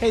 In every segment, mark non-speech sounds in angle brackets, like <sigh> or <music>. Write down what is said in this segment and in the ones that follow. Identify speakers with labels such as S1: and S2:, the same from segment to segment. S1: Hey,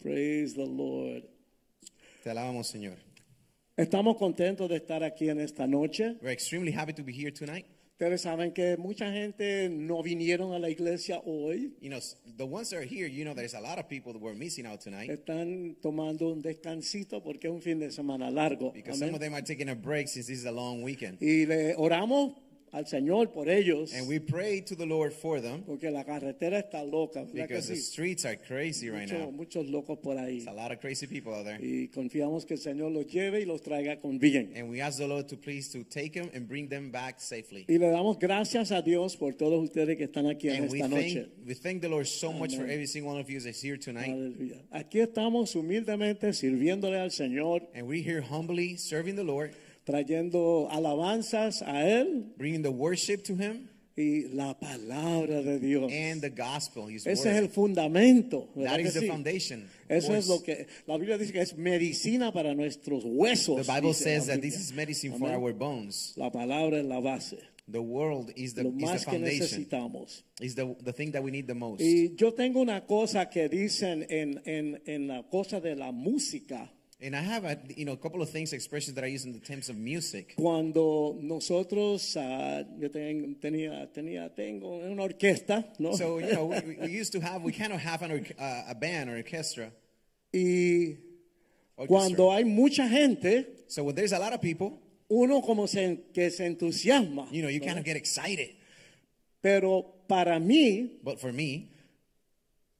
S2: Praise the Lord.
S3: Te alabamos, Señor.
S2: Estamos contentos de estar aquí en esta noche.
S3: We're extremely happy to be here tonight.
S2: Ustedes saben que mucha gente no vinieron a la iglesia hoy.
S3: You know, s- the ones that are here, you know, there's a lot of people that were missing out tonight
S2: Están tomando un descansito porque es un fin de semana largo.
S3: because
S2: Amén.
S3: some of them are taking a break since this is a long weekend.
S2: Y le oramos al Señor por ellos.
S3: And we pray to the Lord for them
S2: Porque la carretera está loca. ¿verdad que
S3: because the
S2: sí?
S3: streets are crazy right
S2: Mucho-
S3: now.
S2: muchos locos por ahí.
S3: There's a lot of crazy people out there.
S2: Y confiamos que el Señor los lleve y los traiga con bien.
S3: And we ask the Lord to please to take them and bring them back safely.
S2: Y le damos gracias a Dios por todos ustedes que están aquí en
S3: And we
S2: esta noche.
S3: thank, we thank the Lord so much for
S2: Amen.
S3: every single one of you that's here tonight.
S2: Aleluya. Aquí estamos humildemente sirviéndole al Señor,
S3: And we're here humbly serving the Lord,
S2: trayendo alabanzas a Él
S3: bringing the worship to Him
S2: y la palabra de Dios.
S3: and the gospel, His
S2: Ese
S3: word.
S2: es el fundamento. ¿verdad
S3: That is
S2: que
S3: the
S2: sí?
S3: foundation. Pues
S2: Eso es lo que
S3: Course.
S2: la Biblia dice que es medicina para nuestros huesos.
S3: The Bible
S2: dice la
S3: says that
S2: Biblia.
S3: this is medicine for
S2: Amén.
S3: our bones.
S2: La palabra es la base,
S3: The world is the,
S2: lo
S3: is the
S2: más que
S3: foundation.
S2: necesitamos.
S3: Is the, the thing that we need the most.
S2: Y yo tengo una cosa que dicen en, en, en la cosa de la música.
S3: And I have a you know a couple of things, expressions that I use in the terms of music.
S2: Cuando nosotros, ah, yo ten- tenía, tenía, tengo una orquesta, ¿no?
S3: So you know we, we- we used to have we kind of have an orc- uh, a band or orchestra.
S2: <laughs> y cuando
S3: orchestra.
S2: hay mucha gente,
S3: So when there's a lot of people,
S2: uno como se, en- que se entusiasma.
S3: you know you
S2: ¿no?
S3: kind of get excited.
S2: Pero para mí,
S3: But for me,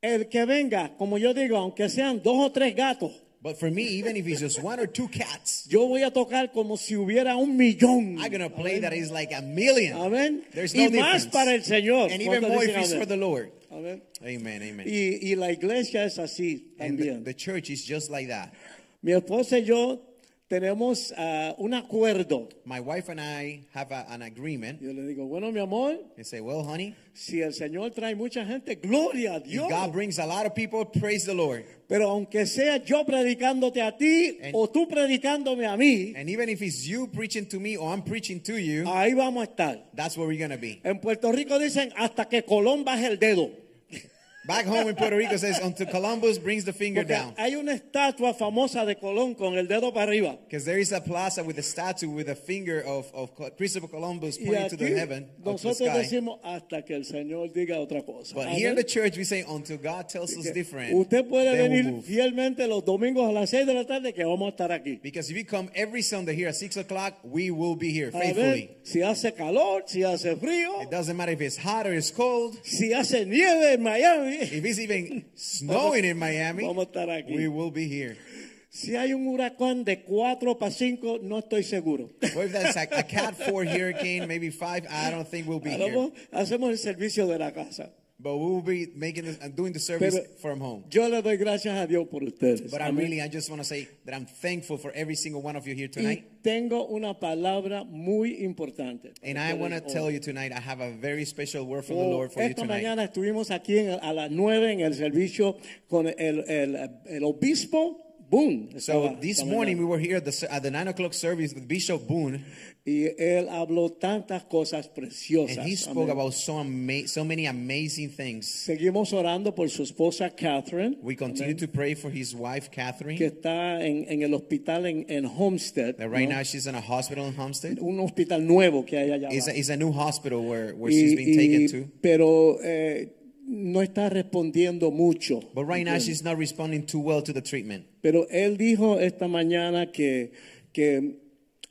S2: el que venga, como yo digo, aunque sean dos o tres gatos,
S3: but for me, even if it's just one or two cats,
S2: yo voy a tocar como si hubiera un millón.
S3: I'm gonna play that is like a million.
S2: Amén.
S3: There's no
S2: y más
S3: difference.
S2: para el Señor.
S3: And even
S2: ¿Cuántos
S3: more if
S2: dicen
S3: it's for
S2: amén?
S3: the Lord.
S2: Amén.
S3: Amen. Amen.
S2: Y, y la iglesia es así
S3: And the,
S2: también.
S3: the church is just like that.
S2: Mi esposa y yo tenemos ah, un acuerdo.
S3: My wife and I have a, an agreement
S2: Yo le digo, bueno, mi amor,
S3: and say, well, honey,
S2: si el Señor trae mucha gente, gloria a
S3: if
S2: Dios.
S3: God brings a lot of people, praise the Lord.
S2: Pero aunque sea yo predicándote a ti
S3: And-
S2: o tú predicándome a mí,
S3: And even if it's you preaching to me or I'm preaching to you,
S2: ahí vamos a estar.
S3: that's where we're going to be.
S2: En Puerto Rico dicen hasta que Colón baje el dedo.
S3: Back home in Puerto Rico says, until Columbus brings the finger
S2: Porque
S3: down.
S2: hay una estatua famosa de Colón con el dedo para arriba.
S3: Because there is a plaza with a statue with a finger of, of Co- Christopher Columbus
S2: Y
S3: pointing to
S2: aquí
S3: the heaven, or to the
S2: nosotros
S3: sky.
S2: decimos hasta que el Señor diga otra cosa.
S3: But here in the
S2: Amén.
S3: church, we say, until God tells us
S2: Que
S3: different,
S2: Usted puede
S3: then we
S2: venir
S3: move.
S2: fielmente los domingos a las 6 de la tarde que vamos a estar aquí.
S3: Because if you come every Sunday here at 6 o'clock, we will be here
S2: A
S3: faithfully.
S2: ver si hace calor, si hace frío,
S3: It doesn't matter if it's hot or it's cold.
S2: si hace nieve en Miami,
S3: If it's even
S2: <laughs>
S3: snowing in Miami,
S2: vamos a estar aquí.
S3: we will be here.
S2: si hay un huracán de 4 para 5, no estoy seguro.
S3: Or if that's like a
S2: <laughs>
S3: Cat 4 hurricane, maybe 5, I don't think we'll be here.
S2: Hagamos- hacemos el servicio de la casa.
S3: But we'll be making this, uh, doing the service
S2: Pero
S3: from home.
S2: yo le doy gracias a Dios por ustedes.
S3: But I'm
S2: Amén.
S3: really, I just want to say that I'm thankful for every single one of you here
S2: y
S3: tonight.
S2: tengo una palabra muy importante.
S3: And I want to
S2: Ustedes
S3: tell
S2: hoy.
S3: you tonight, I have a very special word from the
S2: Oh,
S3: Lord for you
S2: Esta
S3: tonight.
S2: mañana estuvimos aquí en- a las 9 en el servicio con el, el- el obispo Boone. estaba
S3: So
S2: esta
S3: this
S2: mañana.
S3: morning, we were here at the, ser- at the 9 o'clock service with Bishop Boone,
S2: y él habló tantas cosas preciosas.
S3: and he spoke
S2: Amén.
S3: about so, ama- so many amazing things.
S2: Seguimos orando por su esposa Catherine,
S3: We continue to pray for his wife, Catherine.
S2: que está en, en el hospital en, en Homestead.
S3: That right
S2: ¿no?
S3: now she's in a hospital in Homestead.
S2: un hospital nuevo que hay allá.
S3: It's a,
S2: abajo.
S3: it's a new hospital where, where
S2: Y-
S3: she's being taken
S2: y-
S3: to.
S2: Pero eh, no está respondiendo mucho.
S3: But right now she's not responding too well to the treatment.
S2: Pero él dijo esta mañana que, que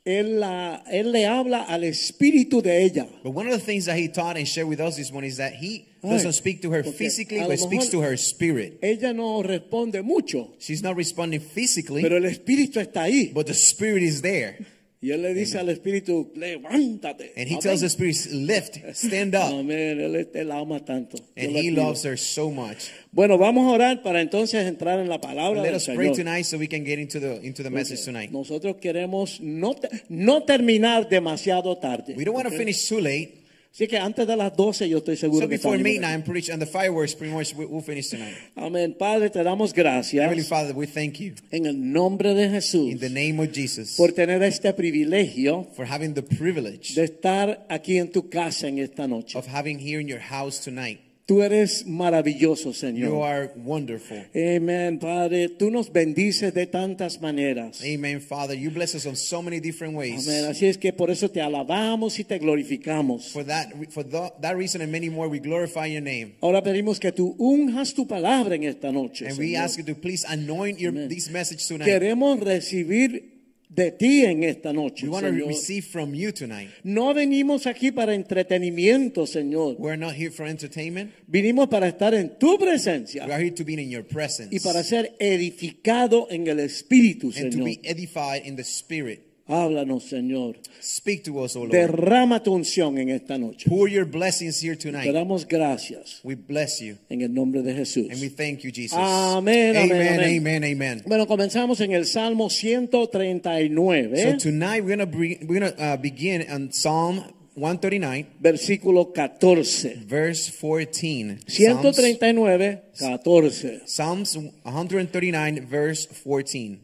S2: él, la- él le habla al espíritu de ella.
S3: But one of the things that he taught and shared with us this morning is that he
S2: Ay,
S3: doesn't speak to her
S2: porque
S3: physically,
S2: a lo
S3: but speaks
S2: mejor-
S3: to her spirit.
S2: Ella no responde mucho,
S3: She's not responding physically,
S2: pero el espíritu está ahí.
S3: but the spirit is there.
S2: Y él le dice al espíritu, levántate.
S3: And he
S2: Amén.
S3: tells the spirits, lift, stand up.
S2: Amén, él este la ama tanto. Yo
S3: And
S2: la
S3: he
S2: quiero.
S3: loves her so much.
S2: Bueno, vamos a orar para entonces entrar en la palabra
S3: Let
S2: del
S3: us pray
S2: Señor.
S3: tonight so we can get into the into the message tonight.
S2: Nosotros queremos no, te- no terminar demasiado tarde.
S3: We don't want to
S2: ¿ok?
S3: finish too late.
S2: Así que antes de las 12 yo estoy seguro
S3: So
S2: que
S3: before
S2: estamos-
S3: midnight, I'm preach and the fireworks pretty much we- we'll finish tonight.
S2: Amén. Padre, te damos
S3: Heavenly
S2: gracias
S3: Father, we thank you
S2: en el nombre de Jesús
S3: in the name of Jesus
S2: por tener este privilegio
S3: for having the privilege
S2: de estar aquí en tu casa en esta noche.
S3: of having here in your house tonight.
S2: Tú eres maravilloso,
S3: You
S2: Señor.
S3: are wonderful.
S2: Amén, Padre. Tú nos bendices de tantas maneras.
S3: Amen, Father. You bless us on so many different ways.
S2: Amén. Así es que por eso te alabamos y te glorificamos.
S3: For that for tho- that reason and many more, we glorify your name.
S2: Ahora pedimos que tú unjas tu palabra en esta noche.
S3: And we
S2: Señor.
S3: ask you to please anoint your
S2: Amen.
S3: this message tonight.
S2: Queremos recibir de ti en esta noche.
S3: We want to
S2: Señor.
S3: receive from you tonight.
S2: No venimos aquí para entretenimiento, Señor.
S3: We're not here for entertainment.
S2: Vinimos para estar en tu presencia
S3: We are here to be in your presence
S2: y para ser edificado en el Espíritu,
S3: and to
S2: Señor.
S3: be edified in the spirit.
S2: Háblanos, Señor.
S3: Speak to us, O Lord.
S2: Derrama tu unción en esta noche.
S3: Pour your blessings here
S2: Te
S3: tonight.
S2: damos gracias
S3: We bless you
S2: en el nombre de Jesús.
S3: and we thank you, Jesus.
S2: Amén, amén,
S3: amen,
S2: amén.
S3: amen, amen.
S2: Bueno, comenzamos en el Salmo 139,
S3: So tonight we're gonna bring, we're gonna uh, begin on Psalm 139,
S2: versículo 14.
S3: verse 14. Psalms-
S2: 139, 14.
S3: Psalms 139, verse 14.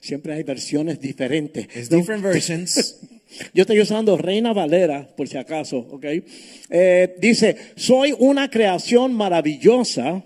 S2: Siempre hay versiones diferentes.
S3: It's
S2: ¿no?
S3: different <laughs> versions.
S2: Yo estoy usando Reina Valera, por si acaso, ¿ok? Eh, dice, soy una creación maravillosa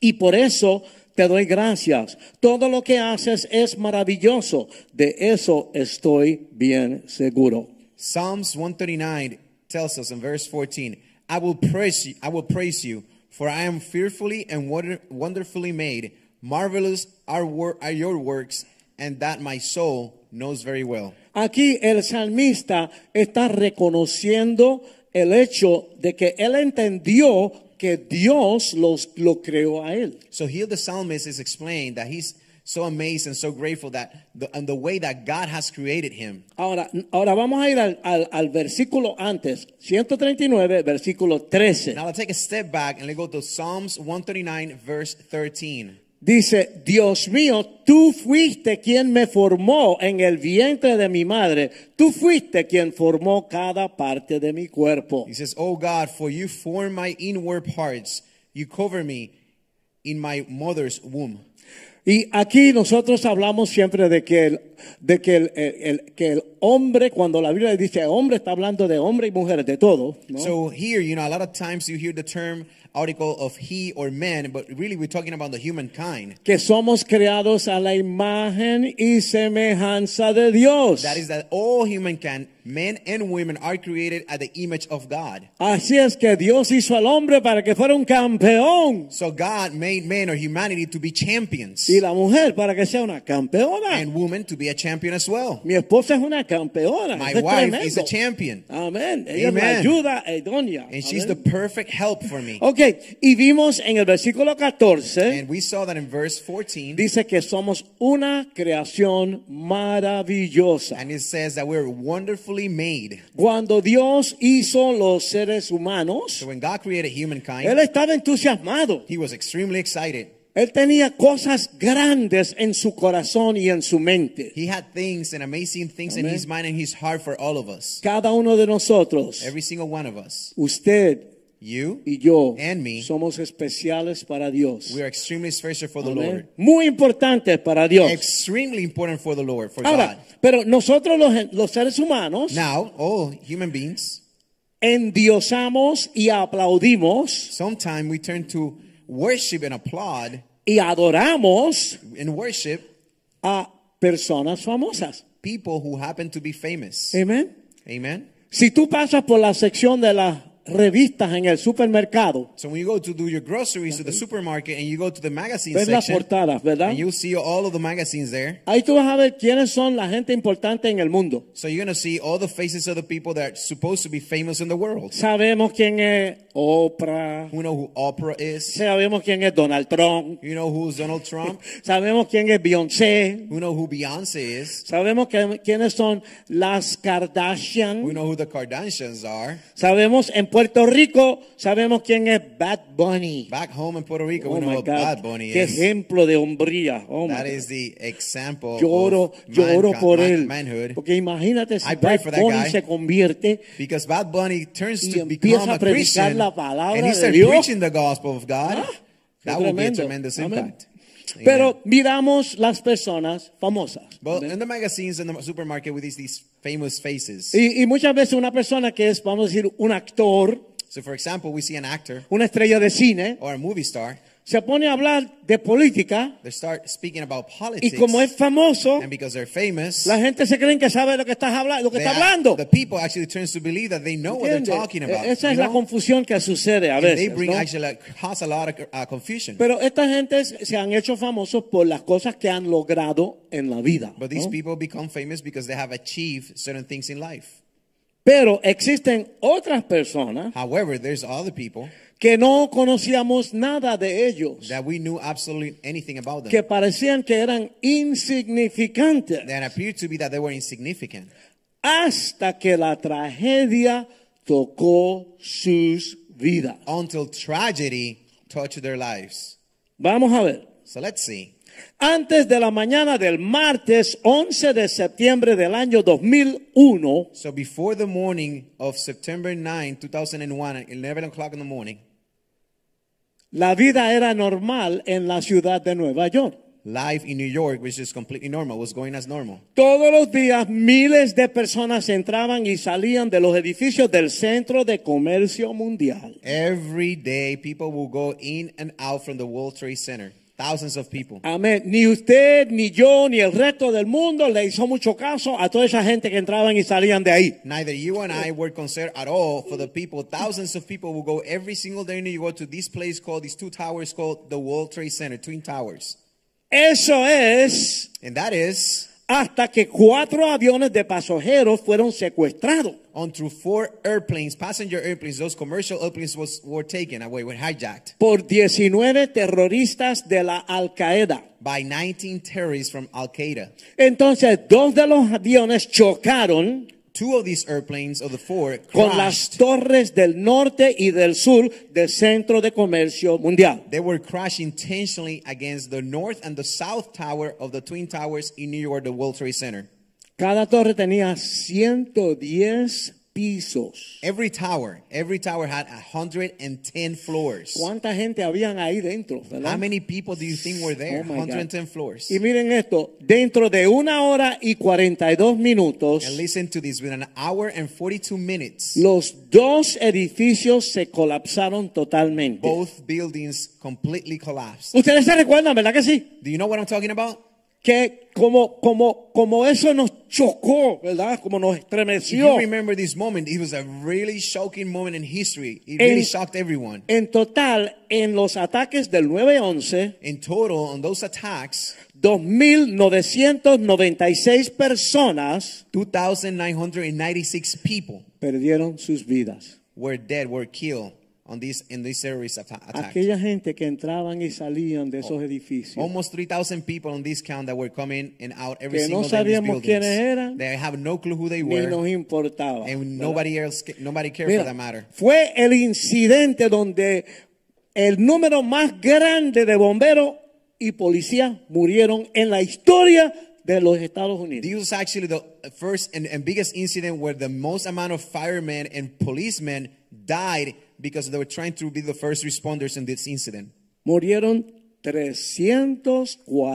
S2: y por eso te doy gracias. Todo lo que haces es maravilloso. De eso estoy bien seguro.
S3: Psalms 139 tells us in verse 14, I will praise you, I will praise you, for I am fearfully and wonder, wonderfully made. Marvelous are, wor- are your works, and that my soul knows very well.
S2: Aquí el salmista está reconociendo el hecho de que él entendió que Dios los, lo creó a él.
S3: So here the psalmist is explaining that he's so amazed and so grateful that the, and the way that God has created him.
S2: Ahora, ahora vamos a ir al, al- al versículo antes, 139, versículo 13.
S3: Now let's take a step back and let's go to Psalms 139, verse 13.
S2: Dice, Dios mío, tú fuiste quien me formó en el vientre de mi madre, tú fuiste quien formó cada parte de mi cuerpo.
S3: He says, Oh God, for you form my inward parts, you cover me in my mother's womb.
S2: Y aquí nosotros hablamos siempre de que el, de que el, el- el- que el hombre, cuando la Biblia dice hombre, está hablando de hombre y mujeres, de todo. ¿no?
S3: So here, you know, a lot of times you hear the term article of he or men, but really we're talking about the humankind.
S2: que somos creados a la imagen y semejanza de Dios.
S3: That is that all humankind, men and women, are created at the image of God.
S2: Así es que Dios hizo al hombre para que fuera un campeón
S3: So God made man or humanity to be champions
S2: y la mujer para que sea una campeona.
S3: and woman to be a champion
S2: <laughs>
S3: as well.
S2: Mi esposa es una campeona.
S3: My
S2: eso es
S3: wife
S2: tremendo.
S3: is a champion
S2: Amén. Ella es
S3: Amen.
S2: la ayuda idónea.
S3: and she's the
S2: Amén.
S3: perfect help for me.
S2: Ok, y vimos en el versículo 14,
S3: And we saw that in verse 14
S2: dice que somos una creación maravillosa.
S3: and it says that we're wonderfully made.
S2: Cuando Dios hizo los seres humanos,
S3: So when God created
S2: Él
S3: humankind,
S2: estaba entusiasmado.
S3: he was extremely excited.
S2: Él tenía cosas grandes en su corazón y en su mente.
S3: He had things and amazing things in
S2: Amen.
S3: his mind and his heart for all of us.
S2: Cada uno de nosotros,
S3: Every single one of us.
S2: usted
S3: You,
S2: y yo,
S3: And me.
S2: somos especiales para Dios.
S3: we are extremely special for the
S2: Amén.
S3: Lord.
S2: Muy importante para Dios.
S3: Extremely important for the Lord, for God.
S2: Ahora, pero nosotros los, los seres humanos
S3: Now, all human beings,
S2: endiosamos y aplaudimos
S3: sometimes we turn to worship and applaud
S2: y adoramos
S3: and worship
S2: a personas famosas.
S3: people who happen to be famous.
S2: Amén.
S3: Amen.
S2: Si tú pasas por la sección de la revistas en el supermercado,
S3: So when you go to do your groceries to the supermarket and you go to the magazine
S2: ves las
S3: section,
S2: portadas, ¿verdad?
S3: and you'll see all of the magazines there.
S2: Ahí tú vas a ver quiénes son la gente importante en el mundo.
S3: So you're gonna see all the faces of the people that are supposed to be famous in the world.
S2: Sabemos quién es Oprah,
S3: Who know who Oprah is?
S2: sabemos quién es Donald Trump,
S3: You know who's Donald Trump?
S2: sabemos quién es Beyoncé,
S3: Who know who Beyonce is?
S2: sabemos que- quiénes son las
S3: We
S2: Kardashian,
S3: know who the Kardashians are.
S2: sabemos en Puerto Rico, sabemos quién es Bad Bunny.
S3: Back home in Puerto Rico,
S2: Oh
S3: we know
S2: my
S3: what
S2: God,
S3: Bad Bunny
S2: qué
S3: is.
S2: ejemplo de hombría. Oh my
S3: That
S2: God.
S3: is the example
S2: Lloro,
S3: of
S2: lloro
S3: mankind-
S2: por
S3: man-
S2: él.
S3: manhood.
S2: Porque imagínate si
S3: I pray
S2: Bad
S3: for that
S2: Bunny
S3: guy.
S2: se convierte
S3: Because Bad Bunny turns
S2: Y
S3: to
S2: empieza
S3: become
S2: a
S3: a
S2: predicar
S3: Christian
S2: la palabra
S3: and he
S2: de
S3: starts
S2: Dios.
S3: preaching the gospel of God.
S2: Ah,
S3: that
S2: qué
S3: will be a
S2: tremendo.
S3: tremendous
S2: Amén.
S3: impact. Amen.
S2: Pero miramos las personas famosas.
S3: well,
S2: Amén.
S3: in the magazines and the supermarket with these, these famous faces.
S2: Y, y muchas veces una persona que es, vamos a decir, un actor,
S3: So, for example, we see an actor
S2: una estrella de cine,
S3: or a movie star.
S2: se pone a hablar de política
S3: They start speaking about
S2: y
S3: politics,
S2: como es famoso,
S3: and because they're famous,
S2: la gente se cree que sabe lo que, estás habla- lo que
S3: they
S2: está
S3: act-
S2: hablando.
S3: the people actually turns to believe that they know what they're
S2: ¿Entiende?
S3: talking about.
S2: E- Esa
S3: you
S2: es la
S3: know?
S2: confusión que sucede a
S3: And they
S2: veces.
S3: bring
S2: ¿no?
S3: actually like, cause a lot of uh, confusion.
S2: Pero esta gente se han hecho famosos por las cosas que han logrado en la vida.
S3: but these
S2: ¿no?
S3: people become famous because they have achieved certain things in life.
S2: Pero existen otras personas
S3: However, there's other people
S2: que no conocíamos nada de ellos,
S3: that we knew absolutely anything about them.
S2: que parecían que eran insignificantes,
S3: that appeared to be that they were insignificant
S2: hasta que la tragedia tocó sus vidas.
S3: until tragedy touched their lives.
S2: Vamos a ver.
S3: So let's see.
S2: Antes de la mañana del martes 11 de septiembre del año 2001,
S3: So before the morning of September 9, 2001, at 11 o'clock in the morning,
S2: la vida era normal en la ciudad de Nueva York.
S3: life in New York was just completely normal, was going as normal.
S2: Todos los días miles de personas entraban y salían de los edificios del Centro de Comercio Mundial.
S3: Every day, people will go in and out from the World Trade Center. Thousands of people.
S2: Amén. Ni usted, ni yo, ni el resto del mundo le hizo mucho caso a toda esa gente que entraban y salían de ahí.
S3: Neither you and I were concerned at all for the people. Thousands of people will go every single day in New York to this place called, these two towers called the World Trade Center, Twin Towers.
S2: Eso es
S3: And that is
S2: hasta que cuatro aviones de pasajeros fueron secuestrados.
S3: until four airplanes, passenger airplanes, those commercial airplanes was, were taken away, were hijacked
S2: por 19 terroristas de la Al Qaeda.
S3: by 19 terrorists from Al Qaeda.
S2: Entonces, dos de los aviones chocaron
S3: Two of these airplanes, of the four,
S2: con las
S3: crashed.
S2: torres del norte y del sur del Centro de Comercio Mundial.
S3: They were crashed intentionally against the north and the south tower of the Twin Towers in New York, the World Trade Center.
S2: Cada torre tenía 110 pisos.
S3: Every tower, every tower had 110 floors.
S2: ¿Cuánta gente habían ahí dentro? verdad?
S3: How many people do you think were there?
S2: Oh my God.
S3: 110 floors.
S2: Y miren esto, dentro de una hora y 42 minutos,
S3: And listen to this, with an hour and 42 minutes,
S2: los dos edificios se colapsaron totalmente.
S3: both buildings completely collapsed.
S2: Ustedes se recuerdan, ¿verdad que sí?
S3: Do you know what I'm talking about?
S2: que como, como, como eso nos chocó, ¿verdad? Como nos
S3: If you
S2: estremeció.
S3: remember this moment, it was a really shocking moment in history. It
S2: En-
S3: really shocked everyone.
S2: En total, en los ataques del 9-11,
S3: In total, on those attacks,
S2: 2.996 personas
S3: 2,996 people
S2: perdieron sus vidas.
S3: were dead, were killed on this in this terrorist atta- attack.
S2: Aquella gente que entraban y salían de
S3: Oh.
S2: esos edificios.
S3: Almost 3,000 people on this count that were coming and out every
S2: Que no
S3: single day. in these
S2: sabíamos
S3: buildings.
S2: quiénes eran,
S3: they have no clue who they
S2: Ni
S3: were,
S2: nos importaba.
S3: and
S2: ¿verdad?
S3: nobody else, ca- nobody cared
S2: Mira,
S3: for that matter.
S2: fue el incidente donde el número más grande de bomberos y policías murieron en la historia de los Estados Unidos.
S3: This was actually the first and, and biggest incident where the most amount of firemen and policemen died because they were trying to be the first responders in this incident.
S2: Murieron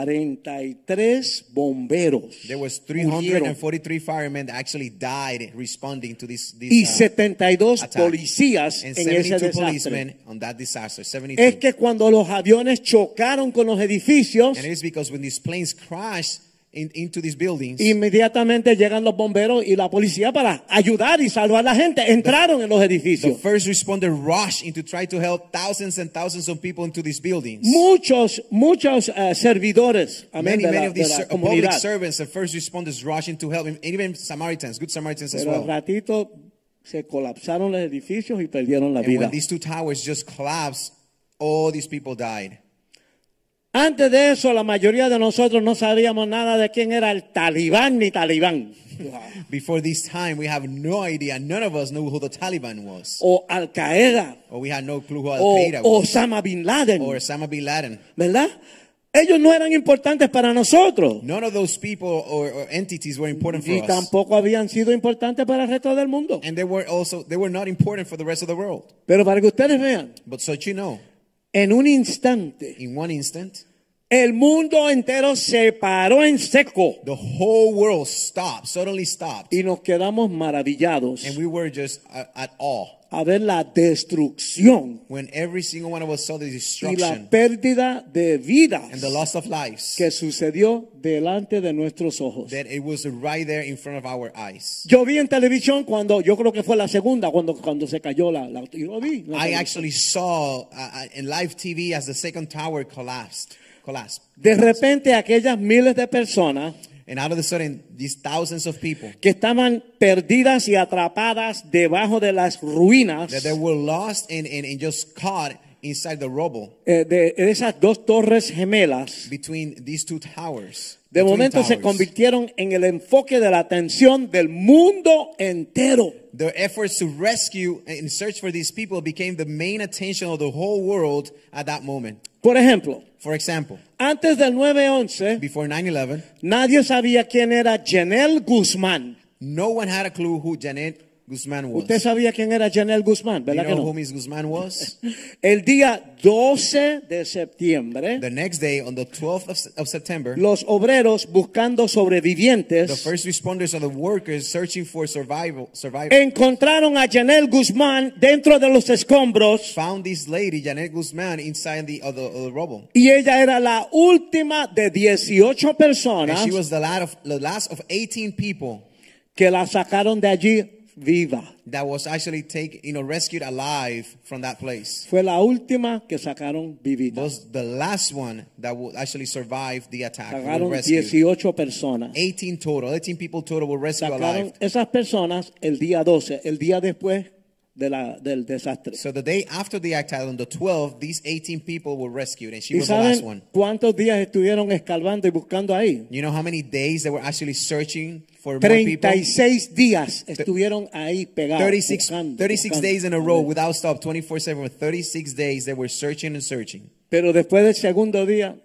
S2: 343 bomberos.
S3: There was
S2: Murieron.
S3: 343 firemen that actually died responding to this, this
S2: y
S3: uh,
S2: 72
S3: attack.
S2: policías
S3: and
S2: en ese
S3: 72
S2: desastre.
S3: policemen on that disaster. 72.
S2: Es que cuando los aviones chocaron con los edificios,
S3: and it's because when these planes crashed in, into these buildings.
S2: Inmediatamente llegan los bomberos y la policía para ayudar y salvar a la gente. Entraron en los
S3: The
S2: edificios.
S3: first responder rushed in to try to help thousands and thousands of people into these buildings.
S2: Muchos, muchos eh, servidores amén, de
S3: Many,
S2: la,
S3: many of
S2: de
S3: these
S2: la
S3: ser- public
S2: comunidad.
S3: servants and first responders rushing to help him, and even Samaritans, good Samaritans as
S2: Pero al
S3: well.
S2: ratito se colapsaron los edificios y perdieron la
S3: And
S2: vida.
S3: when these two towers just collapsed, all these people died.
S2: Antes de eso, la mayoría de nosotros no sabíamos nada de quién era el talibán ni talibán.
S3: Before this time, we have no idea. None of us knew who the Taliban was,
S2: O Al Qaeda.
S3: or we had no clue who Al
S2: O
S3: Qaeda was,
S2: Osama Bin Laden.
S3: or Osama bin Laden.
S2: ¿Verdad? Ellos no eran importantes para nosotros.
S3: None of those people or, or entities were important for
S2: Y
S3: us,
S2: tampoco habían sido importantes para el resto del mundo.
S3: and they were also they were not important for the rest of the world.
S2: Pero para que ustedes vean,
S3: But so you know,
S2: en un instante,
S3: in one instant,
S2: el mundo entero se paró en seco
S3: the whole world stopped. Suddenly stopped,
S2: y nos quedamos maravillados
S3: and we were just uh, at awe.
S2: a ver la destrucción
S3: when every single one of us saw the
S2: y la
S3: destruction
S2: pérdida de vidas
S3: and the loss of lives,
S2: que sucedió delante de nuestros ojos.
S3: that it was right there in front of our eyes.
S2: Yo vi en televisión cuando, yo creo que fue la segunda, cuando, cuando se cayó la... la- yo vi. en la
S3: I
S2: televisión.
S3: actually saw uh, uh, in live TV as the second tower collapsed, collapsed,
S2: de repente aquellas miles de personas
S3: and out of the sudden, these thousands of people
S2: que estaban perdidas y atrapadas debajo de las ruinas
S3: that they were lost and, and, and just caught inside the rubble
S2: eh, de de esas dos torres gemelas,
S3: between these two towers.
S2: de
S3: the twin
S2: momento se
S3: towers.
S2: convirtieron en el enfoque de la atención del mundo entero.
S3: Their efforts to rescue and search for these people became the main attention of the whole world at that moment.
S2: Por ejemplo,
S3: For example,
S2: antes del 9-11,
S3: before 9 11,
S2: nadie sabía quién era Janel Guzmán.
S3: No one had a clue who Janet Guzman was.
S2: Usted sabía quién era Janel Guzmán,
S3: you
S2: ¿verdad
S3: know
S2: que
S3: who
S2: no?
S3: Miss Guzman was? <laughs>
S2: El día 12 de septiembre,
S3: the next day, on the 12th of, Se- of September,
S2: los obreros buscando
S3: the
S2: sobrevivientes
S3: first responders are the workers searching for survival.
S2: Eh.
S3: Survival
S2: encontraron a Janel Guzmán dentro de los escombros
S3: found this lady Janet Guzman inside the of the, of the rubble,
S2: y ella era la última de 18
S3: and
S2: personas
S3: she was the last of the last of 18 people
S2: que la sacaron de allí viva.
S3: that was actually taken, you know, rescued alive from that place.
S2: Fue la última que sacaron vivita.
S3: Was the last one that would actually survive the attack. were
S2: Sacaron
S3: rescued.
S2: 18 personas.
S3: 18 total, 18 people total were rescued
S2: Sacaron
S3: alive.
S2: esas personas el día 12, el día después de la, del desastre.
S3: So the day after the attack on the 12th, these 18 people were rescued, and she
S2: ¿Y
S3: was the last
S2: saben
S3: one.
S2: cuántos días estuvieron escalvando y buscando ahí?
S3: You know how many days they were actually searching for more people?
S2: 36 días estuvieron ahí pegados.
S3: 36,
S2: buscando,
S3: 36
S2: buscando.
S3: days in a row without stop, 24 7, 36 days they were searching and searching.
S2: Pero después del segundo día,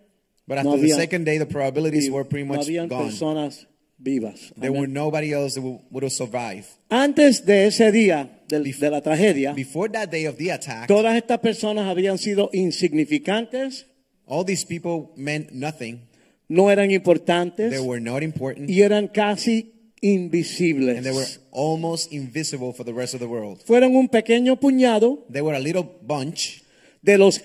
S3: But after
S2: no
S3: the
S2: había-
S3: second day, the probabilities were pretty
S2: no
S3: much
S2: habían
S3: gone.
S2: personas vivas.
S3: There were nobody else that would, would have survived.
S2: Antes de ese día del- de la tragedia,
S3: Before that day of the attack,
S2: todas estas personas habían sido insignificantes,
S3: all these people meant nothing.
S2: no eran
S3: They
S2: importantes
S3: were not important,
S2: y eran casi
S3: and they were
S2: invisibles.
S3: almost invisible for the rest of the world.
S2: Fueron un pequeño puñado
S3: They were a little bunch.
S2: de los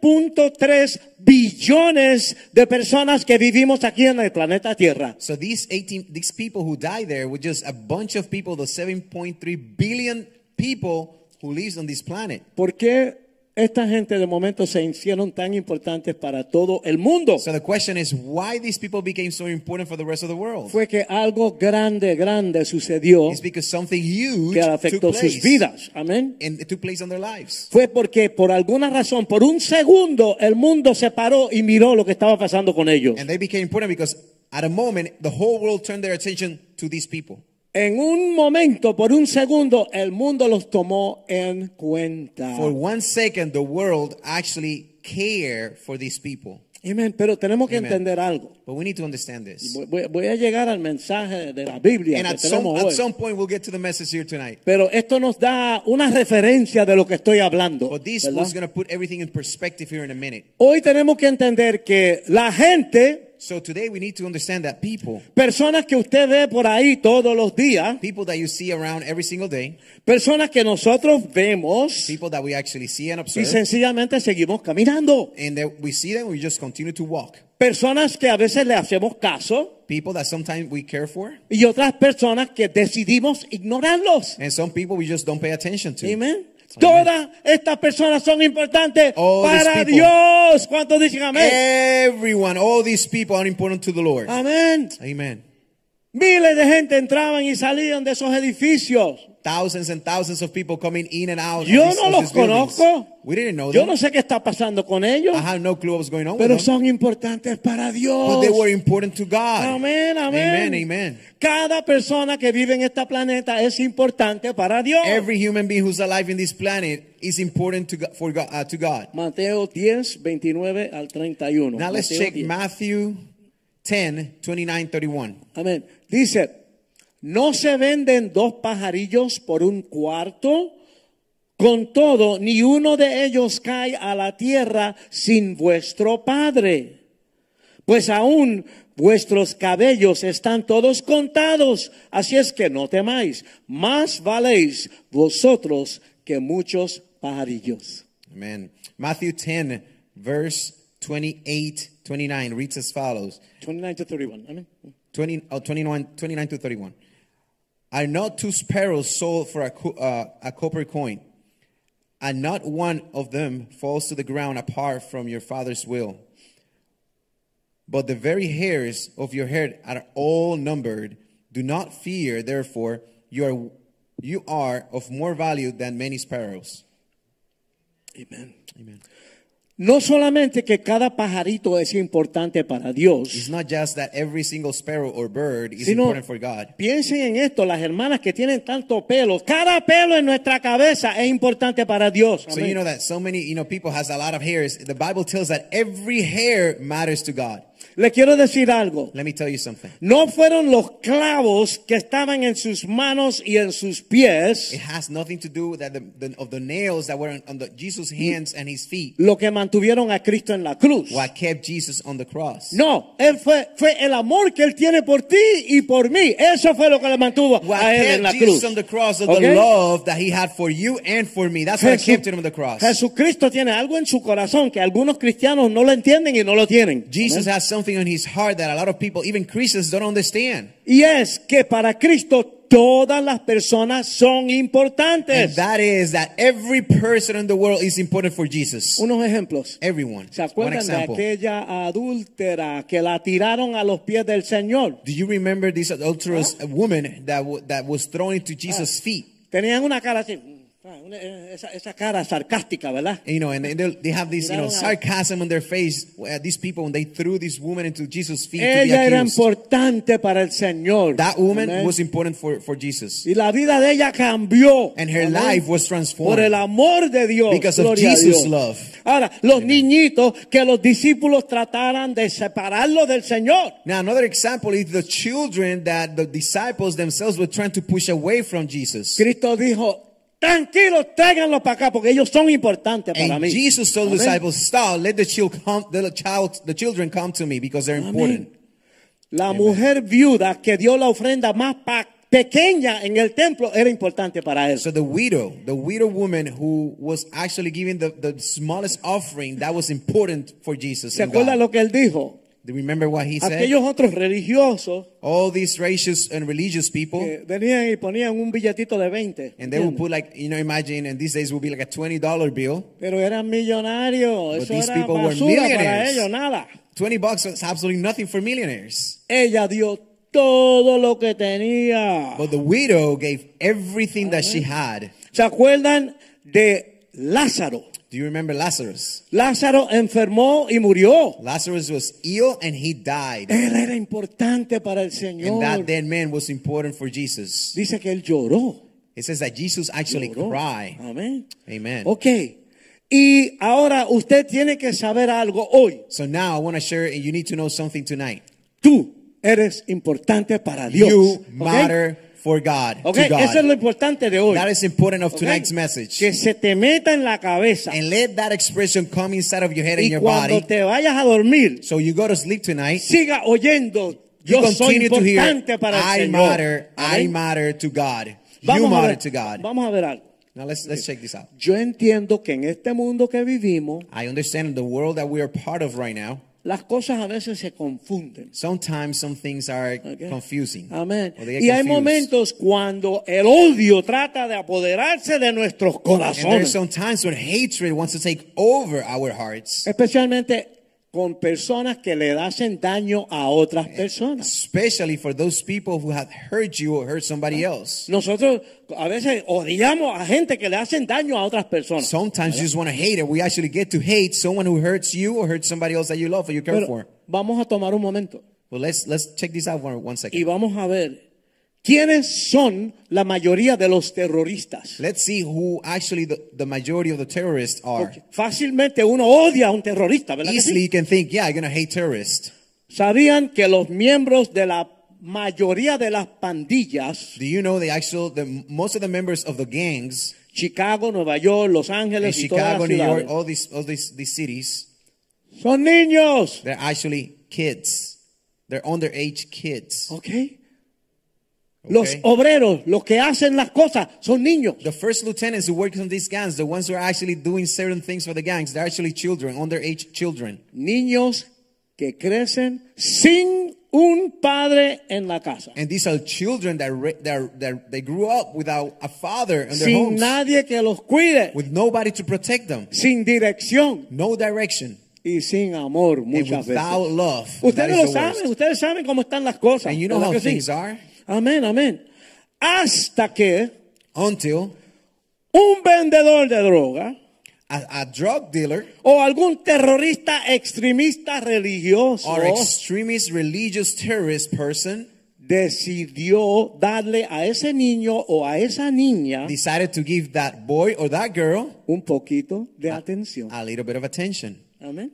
S2: 7.3 billones de personas que vivimos aquí en el planeta Tierra.
S3: So these 18, these people who died there were just a bunch of people, the 7.3 billion people who lives on this planet.
S2: ¿Por qué esta gente de momento se hicieron tan importantes para todo el mundo?
S3: So the question is, why these people became so important for the rest of the world?
S2: fue que algo grande, grande sucedió
S3: It's because something huge
S2: que
S3: took
S2: afectó sus
S3: place,
S2: vidas. Amén.
S3: and it took place on their lives.
S2: Fue porque por alguna razón, por un segundo, el mundo se paró y miró lo que estaba pasando con ellos.
S3: And they became important because at a moment, the whole world turned their attention to these people.
S2: En un momento, por un segundo, el mundo los tomó en cuenta.
S3: For one second, the world actually cared for these people.
S2: Amén. Pero tenemos que
S3: Amen.
S2: entender algo.
S3: But we need to understand this.
S2: Voy- Voy, voy a llegar al mensaje de la Biblia
S3: And
S2: que
S3: at some,
S2: tenemos
S3: at
S2: hoy.
S3: some point, we'll get to the message here tonight.
S2: Pero esto nos da una referencia de lo que estoy hablando.
S3: But this
S2: ¿verdad?
S3: is going to put everything in perspective here in a minute.
S2: Hoy tenemos que entender que la gente
S3: So today we need to understand that people,
S2: Personas que usted ve por ahí todos los días,
S3: people that you see around every single day,
S2: personas que nosotros vemos
S3: people that we actually see and
S2: y
S3: observe,
S2: sencillamente seguimos caminando.
S3: and that we see them, we just continue to walk.
S2: Personas que a veces le hacemos caso
S3: People that sometimes we care for,
S2: y otras personas que decidimos ignorarlos.
S3: and some people we just don't pay attention to.
S2: Amén. Todas estas personas son importantes
S3: All these
S2: para
S3: people. Eh.
S2: Dios. ¿Cuántos dicen amén?
S3: Everyone, all these people are important to the Lord.
S2: Amén.
S3: Amen.
S2: Miles de gente entraban y salían de esos edificios.
S3: Thousands and thousands of people coming in and out. of
S2: Yo
S3: these-
S2: no
S3: of
S2: los
S3: these buildings.
S2: conozco.
S3: We didn't know
S2: Yo
S3: them.
S2: no sé qué está pasando con ellos,
S3: I have no clue what was going on
S2: pero
S3: with them.
S2: son importantes para
S3: But
S2: Dios.
S3: they were important to God.
S2: Amén, amén.
S3: Amen, amen.
S2: Cada persona que vive en este planeta es importante para Dios.
S3: Every human being who's alive in this planet is important to God, for God, uh, to God.
S2: Mateo 10, 29 al 31.
S3: Now let's
S2: Mateo
S3: check
S2: 10.
S3: Matthew 10, 29, 31.
S2: Amén. Dice, no se venden dos pajarillos por un cuarto. Con todo, ni uno de ellos cae a la tierra sin vuestro Padre. Pues aún vuestros cabellos están todos contados. Así es que no temáis. Más valéis vosotros que muchos pajarillos.
S3: Amen. Matthew 10, verse 28, 29 reads as follows.
S2: 29 to 31. Amén.
S3: 20, oh, 29, 29 to 31. Are not two sparrows sold for a, co- uh, a copper coin? And not one of them falls to the ground apart from your father's will. But the very hairs of your head are all numbered. Do not fear, therefore, you are, you are of more value than many sparrows.
S2: Amén. No solamente que cada pajarito es importante para Dios.
S3: It's not just that every single sparrow or bird is
S2: Sino-
S3: important for God.
S2: Piensen en esto, las hermanas que tienen tanto pelo, cada pelo en nuestra cabeza es importante para Dios.
S3: So
S2: Amén.
S3: you know that so many you know people has a lot of hairs. The Bible tells that every hair matters to God.
S2: Le quiero decir algo.
S3: Let me tell you something.
S2: No fueron los clavos que estaban en sus manos y en sus pies
S3: It has nothing to do with that the, the, of the nails that were on, on the, Jesus' hands and his feet.
S2: lo que mantuvieron a Cristo en la cruz.
S3: What kept Jesus on the cross?
S2: No, él fue, fue el amor que él tiene por ti y por mí. Eso fue lo que le mantuvo
S3: What
S2: a él en
S3: kept
S2: la
S3: Jesus
S2: cruz.
S3: on the cross of
S2: Okay?
S3: the love that he had for you and for me. That's what
S2: Jesu-
S3: kept him on the cross.
S2: Jesucristo tiene algo en su corazón que algunos cristianos no lo entienden y no lo tienen.
S3: Jesus has something on his heart that a lot of people, even Christians, don't understand.
S2: Y es que para Cristo todas las personas son
S3: And
S2: importantes.
S3: that is that every person in the world is important for Jesus.
S2: Unos ejemplos.
S3: Everyone.
S2: ¿Se
S3: One
S2: acuerdan de
S3: example.
S2: aquella adúltera que la tiraron a los pies del Señor?
S3: Do you remember this adulterous woman that w- that was thrown into Jesus' feet?
S2: Tenían una cara así, ah, una- esa, esa cara sarcástica, ¿verdad?
S3: You know, and, and they- they have this you know
S2: Miraron a-
S3: sarcasm on their face. uh, These people when they threw this woman into Jesus' feet to be
S2: Ella era
S3: accused.
S2: importante para el Señor.
S3: That woman
S2: Amén.
S3: was important for for Jesus,
S2: y la vida de ella cambió.
S3: and her
S2: Amén.
S3: life
S2: por
S3: was
S2: el
S3: transformed
S2: amor de Dios.
S3: because of
S2: gloria a
S3: Jesus'
S2: Dios.
S3: love.
S2: Ahora, los niñitos que los discípulos trataran de separarlo del Señor.
S3: Now another example is the children that the disciples themselves were trying to push away from Jesus.
S2: Cristo dijo, tranquilos, tráiganlos para acá porque ellos son importantes para
S3: And
S2: mí.
S3: Jesus told the
S2: Amén.
S3: disciples, "Stop! Let the child come. The child, the children come to me because they're important."
S2: La mujer viuda que dio la ofrenda más pa- pequeña en el templo era importante para él.
S3: So the widow, the widow woman who was actually giving the, the smallest offering that was important for Jesus.
S2: ¿Se
S3: and God.
S2: acuerda lo que él dijo?
S3: Do you remember what he said?
S2: Aquellos otros religiosos
S3: All these racious and religious people,
S2: que venían y ponían un billetito de 20.
S3: Oh. and they will put like, you know, imagine, and these days will be like a $20 bill.
S2: Pero eran millonarios.
S3: But
S2: Eso
S3: these
S2: era
S3: people were
S2: basura para
S3: millionaires.
S2: ellos, nada.
S3: 20 bucks was absolutely nothing for millionaires.
S2: Ella dio todo lo que tenía.
S3: But the widow gave everything that she had.
S2: ¿Se acuerdan de Lázaro?
S3: Do you remember Lazarus?
S2: Lázaro enfermó y murió.
S3: Lazarus was ill and he died.
S2: Él era importante para el
S3: And that
S2: Señor.
S3: dead man was important for Jesus.
S2: Dice que él lloró.
S3: It says that Jesus actually
S2: Lloró.
S3: cried.
S2: Amén.
S3: Amen.
S2: Ok. Y ahora usted tiene que saber algo hoy.
S3: So now I want to share, and you need to know something tonight.
S2: Tú eres importante para Dios.
S3: You
S2: ¿ok?
S3: matter for God.
S2: Ok,
S3: to God.
S2: eso es lo importante de hoy.
S3: That is important of
S2: Ok.
S3: tonight's message.
S2: Que se te meta en la cabeza.
S3: And let that expression come inside of your head and
S2: Y
S3: your
S2: cuando
S3: body.
S2: te vayas a dormir,
S3: So you go to sleep tonight.
S2: siga oyendo.
S3: You
S2: Yo soy
S3: continue to hear,
S2: importante para el
S3: I
S2: Señor.
S3: matter, I
S2: Amén.
S3: matter to God. You
S2: Vamos a
S3: matter
S2: ver-
S3: to God.
S2: Vamos a ver algo.
S3: Now let's let's check this out.
S2: Yo entiendo que en este mundo que vivimos,
S3: I understand the world that we are part of right now.
S2: las cosas a veces se confunden.
S3: Sometimes some things are
S2: Ok.
S3: confusing.
S2: Amén.
S3: or they get
S2: Y hay
S3: confused.
S2: momentos cuando el odio trata de apoderarse de nuestros
S3: And there's
S2: corazones.
S3: some times when hatred wants to take over our hearts,
S2: Especialmente con personas que le hacen daño a
S3: Eh,
S2: otras personas.
S3: especially for those people who have hurt you or hurt somebody else.
S2: Nosotros a veces odiamos a gente que le hacen daño a otras personas.
S3: Sometimes you just want to hate it. We actually get to hate someone who hurts you or hurts somebody else that you love or you care for.
S2: Pero vamos a tomar un momento
S3: But let's let's check this out one, one second.
S2: y vamos a ver quiénes son la mayoría de los terroristas.
S3: Let's see who actually the, the majority of the terrorists are.
S2: Porque fácilmente uno odia a un terrorista, ¿verdad? que sí?
S3: Easily you can think, yeah, I'm gonna hate terrorists.
S2: ¿Sabían que los miembros de la mayoría de las pandillas,
S3: Do you know the actual the most of the members of the gangs
S2: Chicago, Nueva York, Los
S3: in
S2: Ángeles y todas
S3: Chicago,
S2: las
S3: New York,
S2: ciudades,
S3: all these all these these cities,
S2: son niños?
S3: they're actually kids. They're underage kids.
S2: ¿Ok? Los
S3: Okay.
S2: obreros, los que hacen las cosas, son niños.
S3: The first lieutenants who work on these gangs, the ones who are actually doing certain things for the gangs, they're actually children, underage children.
S2: Niños que crecen sin un padre en la casa.
S3: And these are children that, re- that, are- that they grew up without a father in their
S2: Sin
S3: homes,
S2: nadie que los cuide.
S3: with nobody to protect them,
S2: sin dirección
S3: no direction,
S2: y sin amor
S3: and
S2: muchas veces.
S3: without love. That
S2: Ustedes
S3: is
S2: lo
S3: the worst.
S2: saben, ustedes saben cómo están las cosas.
S3: And you know
S2: ¿verdad que
S3: how
S2: sí?
S3: things are
S2: Amén, amén. Hasta que
S3: until
S2: un vendedor de droga
S3: a, a drug dealer
S2: o algún terrorista extremista religioso
S3: or extremist religious terrorist person
S2: decidió darle a ese niño o a esa niña
S3: decided to give that boy or that girl
S2: un poquito de
S3: Ah.
S2: atención.
S3: a little bit of attention.
S2: Amén.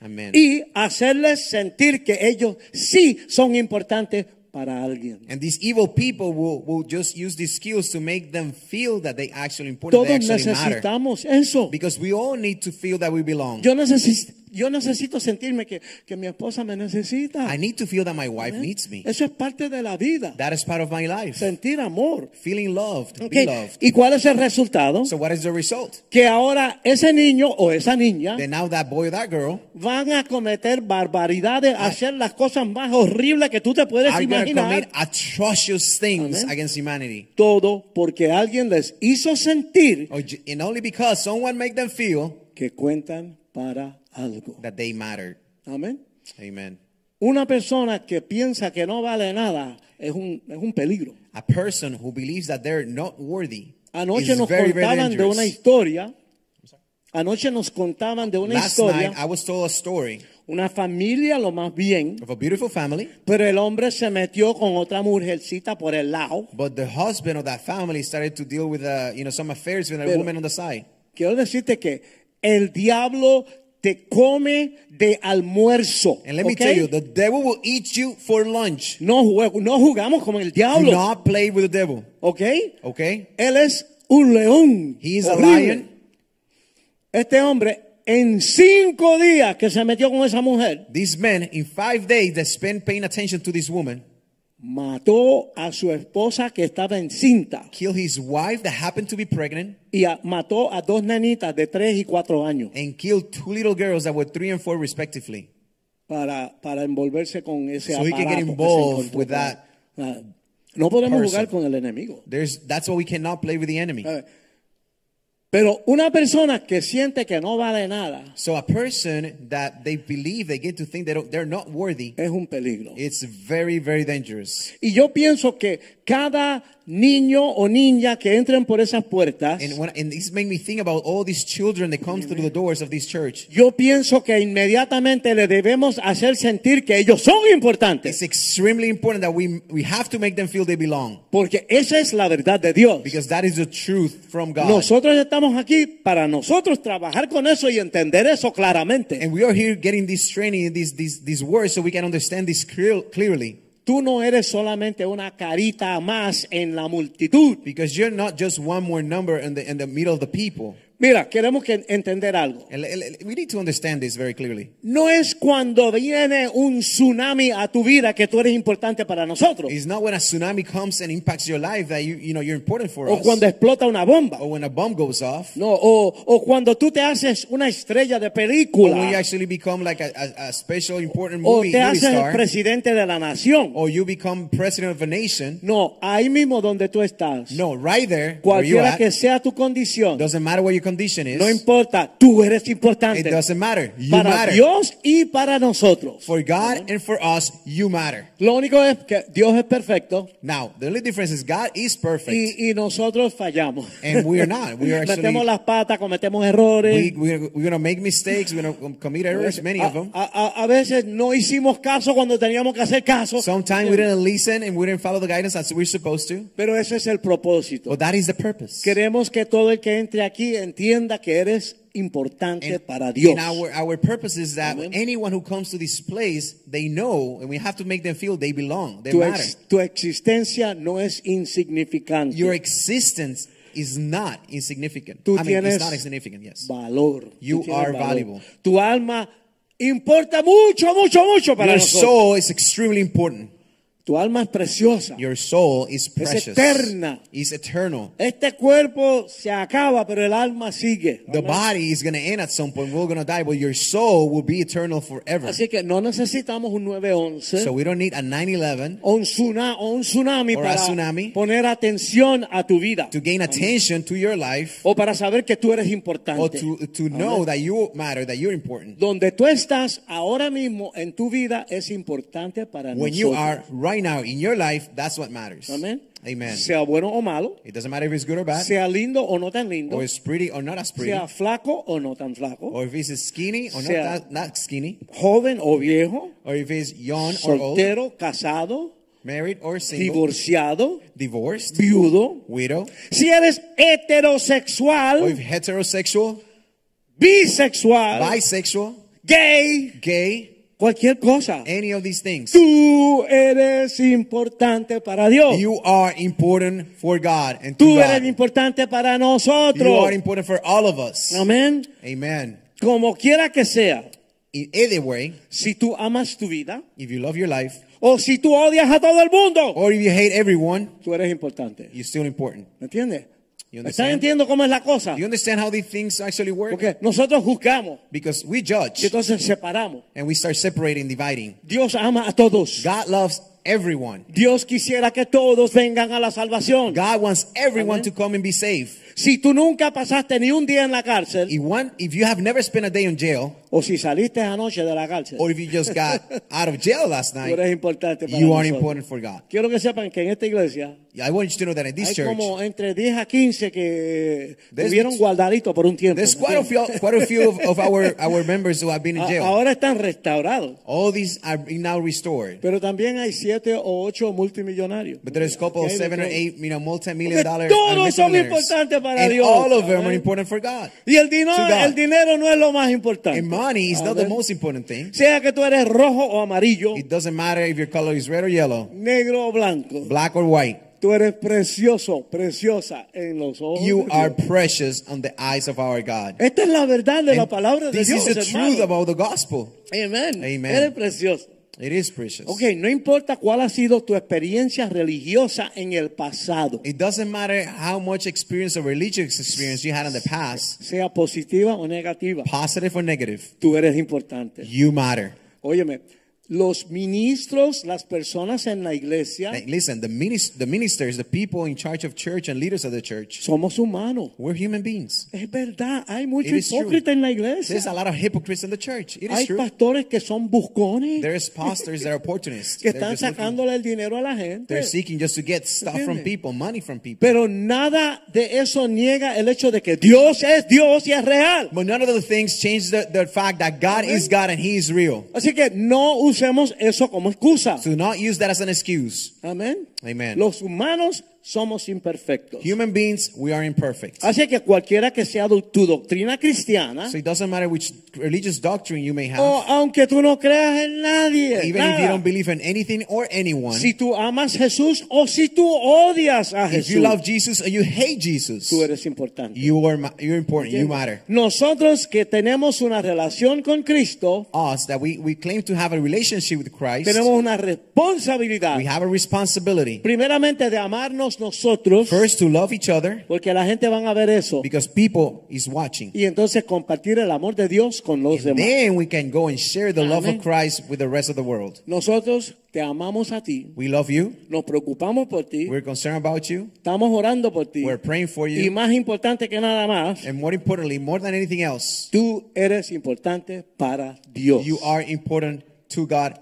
S3: Amen.
S2: Y hacerles sentir que ellos sí son importantes para alguien.
S3: And these evil people will, will just use these skills to make them feel that they actually important,
S2: Todos
S3: they actually matter.
S2: necesitamos eso.
S3: Because we all need to feel that we belong.
S2: Yo necesito, yo necesito sentirme que, que mi esposa me necesita.
S3: I need to feel that my wife needs me.
S2: Eso es parte de la vida.
S3: That is part of my life.
S2: Sentir amor.
S3: Feeling loved,
S2: Ok,
S3: be loved.
S2: ¿Y cuál es el resultado?
S3: So what is the result?
S2: que ahora ese niño o esa niña
S3: Then now that boy or that girl
S2: van a cometer barbaridades, a hacer las cosas más horribles que tú te puedes
S3: are going to
S2: imaginar.
S3: commit atrocious things
S2: Amen.
S3: against humanity.
S2: Todo porque alguien les hizo sentir
S3: Or ju- And only because someone make them feel
S2: que cuentan para algo.
S3: that they matter.
S2: Amén.
S3: Amen.
S2: Una persona que piensa que no vale nada es un, es un peligro.
S3: A person who believes that they're not worthy
S2: Anoche
S3: is
S2: nos
S3: very, very
S2: contaban de una
S3: dangerous.
S2: historia. Anoche nos contaban de una
S3: Last
S2: historia.
S3: night I was told a story
S2: una familia, lo más bien.
S3: of a beautiful family,
S2: Pero el hombre se metió con otra mujercita por el lado.
S3: but the husband of that family started to deal with uh, you know some affairs with a
S2: Pero-
S3: woman on the side.
S2: Quiero decirte que el diablo te come de almuerzo.
S3: And let me
S2: ¿ok?
S3: tell you, the devil will eat you for lunch.
S2: no, jue- no jugamos con el
S3: Do
S2: diablo.
S3: not play with the devil.
S2: ¿Ok?
S3: Okay?
S2: Él es un león.
S3: He is a
S2: horrible.
S3: lion.
S2: Este hombre, en cinco días que se metió con esa mujer,
S3: These men in five days that spent paying attention to this woman
S2: mató a su esposa que estaba encinta
S3: killed his wife that happened to be pregnant
S2: y a- mató a dos nenitas de 3 y 4 años
S3: and killed two little girls that were three and four respectively.
S2: para, para envolverse con ese
S3: So he can
S2: aparato.
S3: get
S2: que se
S3: involved
S2: encontró.
S3: with that
S2: Ah, no podemos
S3: person.
S2: jugar con el enemigo.
S3: There's that's why we cannot play with the enemy.
S2: A ver, Pero una persona que siente que no vale nada
S3: So a person that they believe they get to think they don't, they're not worthy.
S2: es un peligro.
S3: It's very very dangerous.
S2: Y yo pienso que cada niño o niña que entren por esas puertas,
S3: And when and this made me think about all these children that comes through the doors of this church.
S2: yo pienso que inmediatamente le debemos hacer sentir que ellos son importantes.
S3: It's extremely important that we we have to make them feel they belong
S2: Porque esa es la verdad de Dios.
S3: because that is the truth from God.
S2: Nosotros estamos aquí para nosotros trabajar con eso y entender eso claramente.
S3: And we are here getting this training, these these these words, so we can understand this clear, clearly.
S2: Tú no eres solamente una carita más en la multitud.
S3: Because you're not just one more number in the, in the middle of the people.
S2: Mira, queremos que entender algo.
S3: And le- le- we need to understand this very clearly.
S2: No es cuando viene un tsunami a tu vida que tú eres importante para nosotros.
S3: It's not when a tsunami comes and impacts your life that you, you know, you're important for
S2: O
S3: us.
S2: Oh,
S3: Oh.
S2: cuando explota una bomba.
S3: or when a bomb goes off.
S2: No, o, o cuando tú te haces una estrella de
S3: Or when you
S2: película.
S3: actually become like a, a, a special important
S2: O
S3: Oh, movie,
S2: Oh, te
S3: movie
S2: haces el
S3: star. Oh.
S2: presidente de la nación.
S3: Or you become president of a nation.
S2: No, ahí mismo donde tú estás.
S3: No, right there, where you
S2: Cualquiera
S3: at,
S2: que sea tu condición.
S3: doesn't matter what your condition is.
S2: No importa, tú eres
S3: it
S2: importante.
S3: doesn't matter. You
S2: para
S3: matter.
S2: Dios y para nosotros.
S3: For God and for us, you matter.
S2: Lo único es que Dios es perfecto
S3: Now, the only difference is God is perfect.
S2: y, y nosotros fallamos.
S3: And we are not. We are
S2: <laughs>
S3: actually-
S2: Metemos las patas, cometemos errores.
S3: we, we're, we're going to make mistakes. We're going to
S2: eh,
S3: commit errors, many
S2: a,
S3: of them.
S2: a- a- a veces no hicimos caso cuando teníamos que hacer caso.
S3: Sometimes we
S2: eh.
S3: didn't listen and we didn't follow the guidance as we're supposed to.
S2: Pero ese es el propósito.
S3: But that is the purpose.
S2: Queremos que todo el que entre aquí entienda que eres importante
S3: And,
S2: para Dios.
S3: and our, our purpose is that
S2: Amen.
S3: anyone who comes to this place, they know, and we have to make them feel they belong, they
S2: Tu,
S3: matter.
S2: ex- tu existencia no es insignificante.
S3: Your existence is not insignificant.
S2: Tú
S3: I mean,
S2: tienes
S3: it's not insignificant, yes.
S2: valor. Tú
S3: You
S2: tienes
S3: are
S2: valor.
S3: valuable.
S2: Tu alma importa mucho, mucho, mucho para
S3: Your
S2: nosotros.
S3: soul is extremely important.
S2: tu alma es preciosa.
S3: Your soul is precious.
S2: eterna.
S3: It's eternal.
S2: este cuerpo se acaba, pero el alma sigue.
S3: The
S2: Amén.
S3: body is going to end at some point. We're going to die, but your soul will be eternal forever.
S2: Así que no necesitamos un 911
S3: So we don't need a 9-11
S2: o, un tsuna- o un tsunami
S3: Or a
S2: para
S3: tsunami.
S2: poner atención a tu vida
S3: to gain attention to your life
S2: o para saber que tú eres
S3: or
S2: importante.
S3: to, to know that you matter, that you're important.
S2: Donde tú estás ahora mismo en tu vida es importante para
S3: When you
S2: nosotros.
S3: are right now in your life, that's what matters.
S2: Amén.
S3: Amen.
S2: Sea bueno o malo,
S3: It doesn't matter if it's good or bad,
S2: sea lindo o no tan lindo,
S3: or it's pretty or not as pretty,
S2: sea flaco o no tan flaco,
S3: or if it's skinny or not,
S2: Sea-
S3: that, not skinny,
S2: joven o viejo,
S3: or if it's young or old,
S2: soltero, casado,
S3: married or single,
S2: divorciado,
S3: divorced,
S2: viudo.
S3: widow,
S2: Si eres
S3: or if
S2: heterosexual,
S3: heterosexual,
S2: bisexual,
S3: bisexual,
S2: gay,
S3: gay,
S2: cualquier cosa,
S3: any of these things.
S2: tú eres importante para Dios.
S3: You are important for God and to
S2: Tú
S3: God.
S2: eres importante para
S3: You are
S2: nosotros.
S3: important for all of us.
S2: Amén.
S3: Amen.
S2: Como quiera que sea,
S3: In either way,
S2: si tú amas tu vida
S3: if you love your life
S2: o si tú odias a todo el mundo,
S3: or if you hate everyone,
S2: tú eres importante.
S3: you're still important.
S2: ¿Me entiendes?
S3: You
S2: ¿Estás
S3: understand?
S2: entiendo cómo es la cosa?
S3: You understand how these things actually work?
S2: Porque nosotros juzgamos
S3: Because we
S2: y
S3: judge
S2: entonces separamos.
S3: and we start separating, dividing.
S2: Dios ama a todos.
S3: God loves everyone.
S2: Dios quisiera que todos vengan a la salvación.
S3: God wants everyone
S2: Amen.
S3: to come and be saved.
S2: Si tú nunca pasaste ni un día en la cárcel,
S3: If one, if you have never spent a day in jail,
S2: o si saliste anoche de la cárcel,
S3: or if you just
S2: <laughs>
S3: got out of jail last
S2: tú eres
S3: night,
S2: importante para
S3: you are
S2: nosotros.
S3: important for God.
S2: Quiero que sepan que en esta iglesia
S3: I want you to know that in this
S2: hay
S3: church,
S2: como entre 10 a 15 que
S3: There's-
S2: tuvieron guardadito por un tiempo.
S3: there's
S2: ¿me
S3: quite a few,
S2: entiendes?
S3: quite a few of,
S2: <laughs>
S3: of our our members who have been in
S2: A-
S3: jail.
S2: Ahora están restaurados,
S3: All these are now restored,
S2: pero también hay 7 o 8 multimillonarios.
S3: but there's a couple of
S2: Que hay de
S3: seven or
S2: todo.
S3: eight, you know, multi-million dollar uh,
S2: Todos son
S3: millionaires.
S2: importantes para
S3: and
S2: Dios.
S3: all of them are
S2: Amén.
S3: important for God.
S2: Y el dinero,
S3: To God.
S2: el dinero no es lo más importante.
S3: And money is
S2: A
S3: not the
S2: ver.
S3: most important thing.
S2: Sea que tú eres rojo o amarillo,
S3: It doesn't matter if your color is red or yellow,
S2: negro o blanco.
S3: black or white.
S2: Tú eres precioso, preciosa en los ojos. de
S3: You
S2: Dios.
S3: are precious on the eyes of our God.
S2: Esta es la verdad de la
S3: And
S2: palabra de
S3: this
S2: Dios.
S3: is the
S2: hermano.
S3: truth about the gospel.
S2: Amen.
S3: Amen.
S2: Eres precioso.
S3: It is precious.
S2: Ok, no importa cuál ha sido tu experiencia religiosa en el pasado,
S3: It doesn't matter how much experience or religious experience you had in the past,
S2: sea positiva o negativa,
S3: positive or negative,
S2: tú eres importante.
S3: you matter.
S2: Óyeme, los ministros, las personas en la iglesia,
S3: Like, listen, the, minis- the ministers, the people in charge of church and leaders of the church,
S2: somos humanos.
S3: we're human beings.
S2: Es verdad, hay mucho
S3: It is true.
S2: hipócrita en la
S3: There's a
S2: iglesia.
S3: lot of hypocrites in the church. It
S2: Hay
S3: is true.
S2: pastores que son buscones,
S3: There's pastors that are opportunists.
S2: que
S3: They're
S2: están
S3: just looking-
S2: sacándole el dinero a la gente.
S3: They're seeking just to get stuff from
S2: Entiende?
S3: people, money from people.
S2: Pero nada de eso niega el hecho de que Dios es Dios y es real.
S3: But none of the things change the, the fact that God
S2: Amen.
S3: is God and He is real.
S2: Así que no usemos eso como excusa.
S3: So do not use that as an excuse.
S2: Amén.
S3: Amen.
S2: Los humanos somos imperfectos.
S3: Human beings, we are imperfect.
S2: Así que cualquiera que sea do- tu doctrina cristiana,
S3: So it doesn't matter which religious doctrine you may have,
S2: o aunque tú no creas en nadie,
S3: even if you
S2: nada,
S3: don't believe in anything or anyone,
S2: si tú amas a Jesús o si tú odias a
S3: if
S2: Jesús,
S3: you love Jesus and you hate Jesus,
S2: tú eres importante.
S3: you are ma- you're important. You matter.
S2: Nosotros que tenemos una relación con Cristo,
S3: Us that we, we claim to have a relationship with Christ,
S2: tenemos una responsabilidad.
S3: we have a responsibility
S2: Primeramente de amarnos nosotros,
S3: first to love each other
S2: porque la gente van a ver eso.
S3: because people is watching.
S2: Y entonces compartir el amor de Dios con los demás.
S3: Then we can go and share the love
S2: Amen.
S3: of Christ with the rest of the world.
S2: Nosotros te amamos a ti,
S3: We love you.
S2: nos preocupamos por ti,
S3: We're concerned about you.
S2: estamos orando por ti.
S3: We're praying for
S2: Y
S3: you.
S2: más importante que nada más,
S3: And more importantly, more than anything else,
S2: tú eres importante para Dios.
S3: you are important to God.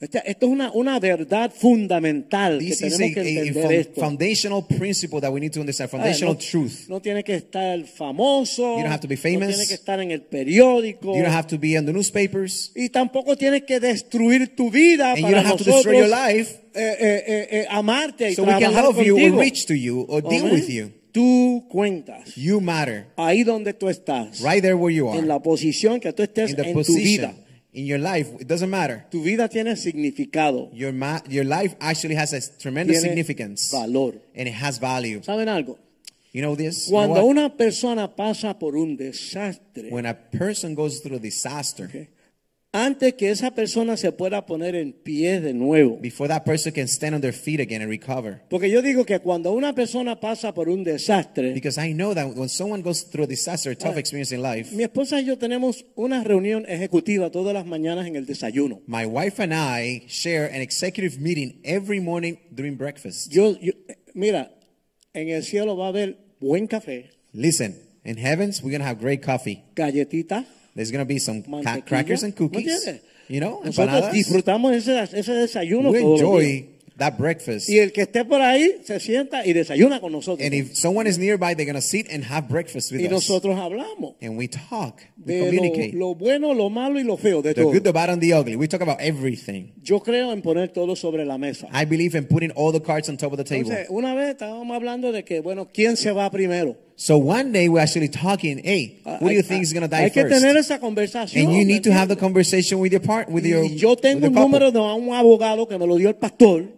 S2: Esta- esto es una, una verdad fundamental que
S3: This is
S2: tenemos
S3: a,
S2: que
S3: a- a
S2: entender
S3: fun-
S2: esto.
S3: foundational principle that we need to understand,
S2: Ah,
S3: foundational
S2: no,
S3: truth.
S2: No tiene que estar famoso.
S3: You don't have to be
S2: No
S3: famous.
S2: tiene que estar en el periódico.
S3: You don't have to be in the newspapers
S2: y tampoco tienes que destruir tu vida
S3: and you
S2: Ah, para
S3: don't have to
S2: nosotros,
S3: destroy your life
S2: eh, eh, eh, eh, amarte y
S3: so we
S2: trabajar
S3: can love you
S2: contigo.
S3: or reach to you or deal
S2: Amén.
S3: with you.
S2: Tú cuentas
S3: You matter
S2: ahí donde tú estás,
S3: right there where you
S2: en
S3: are,
S2: la posición que tú estés
S3: in the
S2: en tu vida.
S3: position, in your life. It doesn't matter.
S2: Tu vida tiene significado,
S3: Your, ma- your life actually has a tremendous
S2: Tiene
S3: significance
S2: valor.
S3: and it has value.
S2: ¿Saben algo?
S3: You know this? You know
S2: Cuando
S3: what?
S2: una persona pasa por un desastre,
S3: When a person goes through a disaster,
S2: ¿ok? antes que esa persona se pueda poner en pie de nuevo,
S3: before that person can stand on their feet again and recover.
S2: Porque yo digo que cuando una persona pasa por un desastre,
S3: Because I know that when someone goes through a disaster, a tough experience in life,
S2: mi esposa y yo tenemos una reunión ejecutiva todas las mañanas en el desayuno.
S3: my wife and I share an executive meeting every morning during breakfast.
S2: Yo, yo- mira, en el cielo va a haber buen café,
S3: Listen, in heavens, we're going to have great coffee.
S2: galletita,
S3: There's going to be some ca-
S2: mantequilla.
S3: crackers and
S2: ¿Me
S3: cookies,
S2: entiendes?
S3: you know,
S2: Nosotros
S3: empanadas.
S2: disfrutamos ese, ese desayuno
S3: We
S2: todos los días.
S3: enjoy that breakfast.
S2: Y el que esté por ahí se sienta y desayuna con nosotros.
S3: And if someone is nearby, they're going to sit and have breakfast with
S2: Y
S3: us.
S2: nosotros hablamos
S3: And we talk, we
S2: de
S3: communicate.
S2: lo, lo bueno, lo malo y lo feo de
S3: The
S2: todo.
S3: good, the bad, and the ugly. We talk about everything.
S2: Yo creo en poner todo sobre la mesa.
S3: I believe in putting all the cards on top of the table.
S2: Entonces, una vez estábamos hablando de que, bueno, ¿quién se va primero?
S3: So one day we're actually talking, hey, what do you
S2: Hay-
S3: think is going to
S2: Hay
S3: die
S2: que tener
S3: first?
S2: esa conversación.
S3: And you
S2: ¿me
S3: need to have the
S2: entiendes?
S3: conversation with your part, with your,
S2: Y yo tengo
S3: with
S2: un
S3: your
S2: número
S3: couple. Eh,
S2: de un abogado que me lo dio el pastor.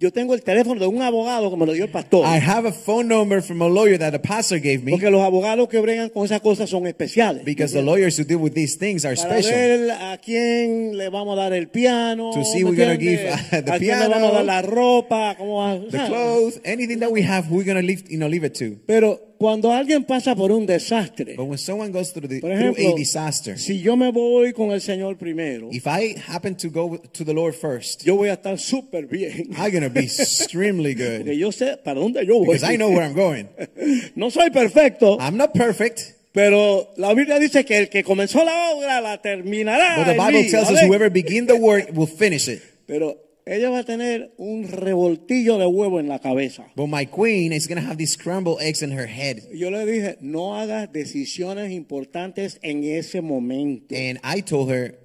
S2: Yo tengo el teléfono de un abogado que me lo dio el pastor.
S3: I have a phone number from a lawyer that the pastor gave me
S2: Porque los abogados que bregan con esas cosas son especiales.
S3: because the lawyers who deal with these things are
S2: Para
S3: special.
S2: ver a quién le vamos a dar el piano.
S3: To see
S2: ¿me
S3: we're gonna
S2: entiendes?
S3: give, uh, <laughs> the
S2: a quién le
S3: piano,
S2: vamos a dar la ropa. cómo va- Ah.
S3: The
S2: ¿sabes?
S3: clothes, anything that we have, we're going to leave, you know, leave it to.
S2: Pero cuando alguien pasa por un desastre,
S3: But when someone goes Oh, through, the,
S2: por
S3: through
S2: ejemplo,
S3: a disaster,
S2: si yo me voy con el Señor primero,
S3: if I happen to go to the Lord first,
S2: yo voy a estar súper bien.
S3: I'm going to be extremely good
S2: Porque yo sé para dónde yo voy.
S3: <laughs> because I know where I'm going.
S2: <laughs> No soy perfecto,
S3: I'm not
S2: <laughs>
S3: perfect.
S2: pero la Biblia dice que el que comenzó la obra la terminará.
S3: But the
S2: en
S3: Bible
S2: mí,
S3: tells us
S2: ¿vale?
S3: whoever begin the work will finish it.
S2: Pero ella va a tener un revoltillo de huevo en la cabeza.
S3: But my queen is going to have these scrambled eggs in her head.
S2: Yo le dije, no hagas decisiones importantes en ese momento.
S3: And I told her,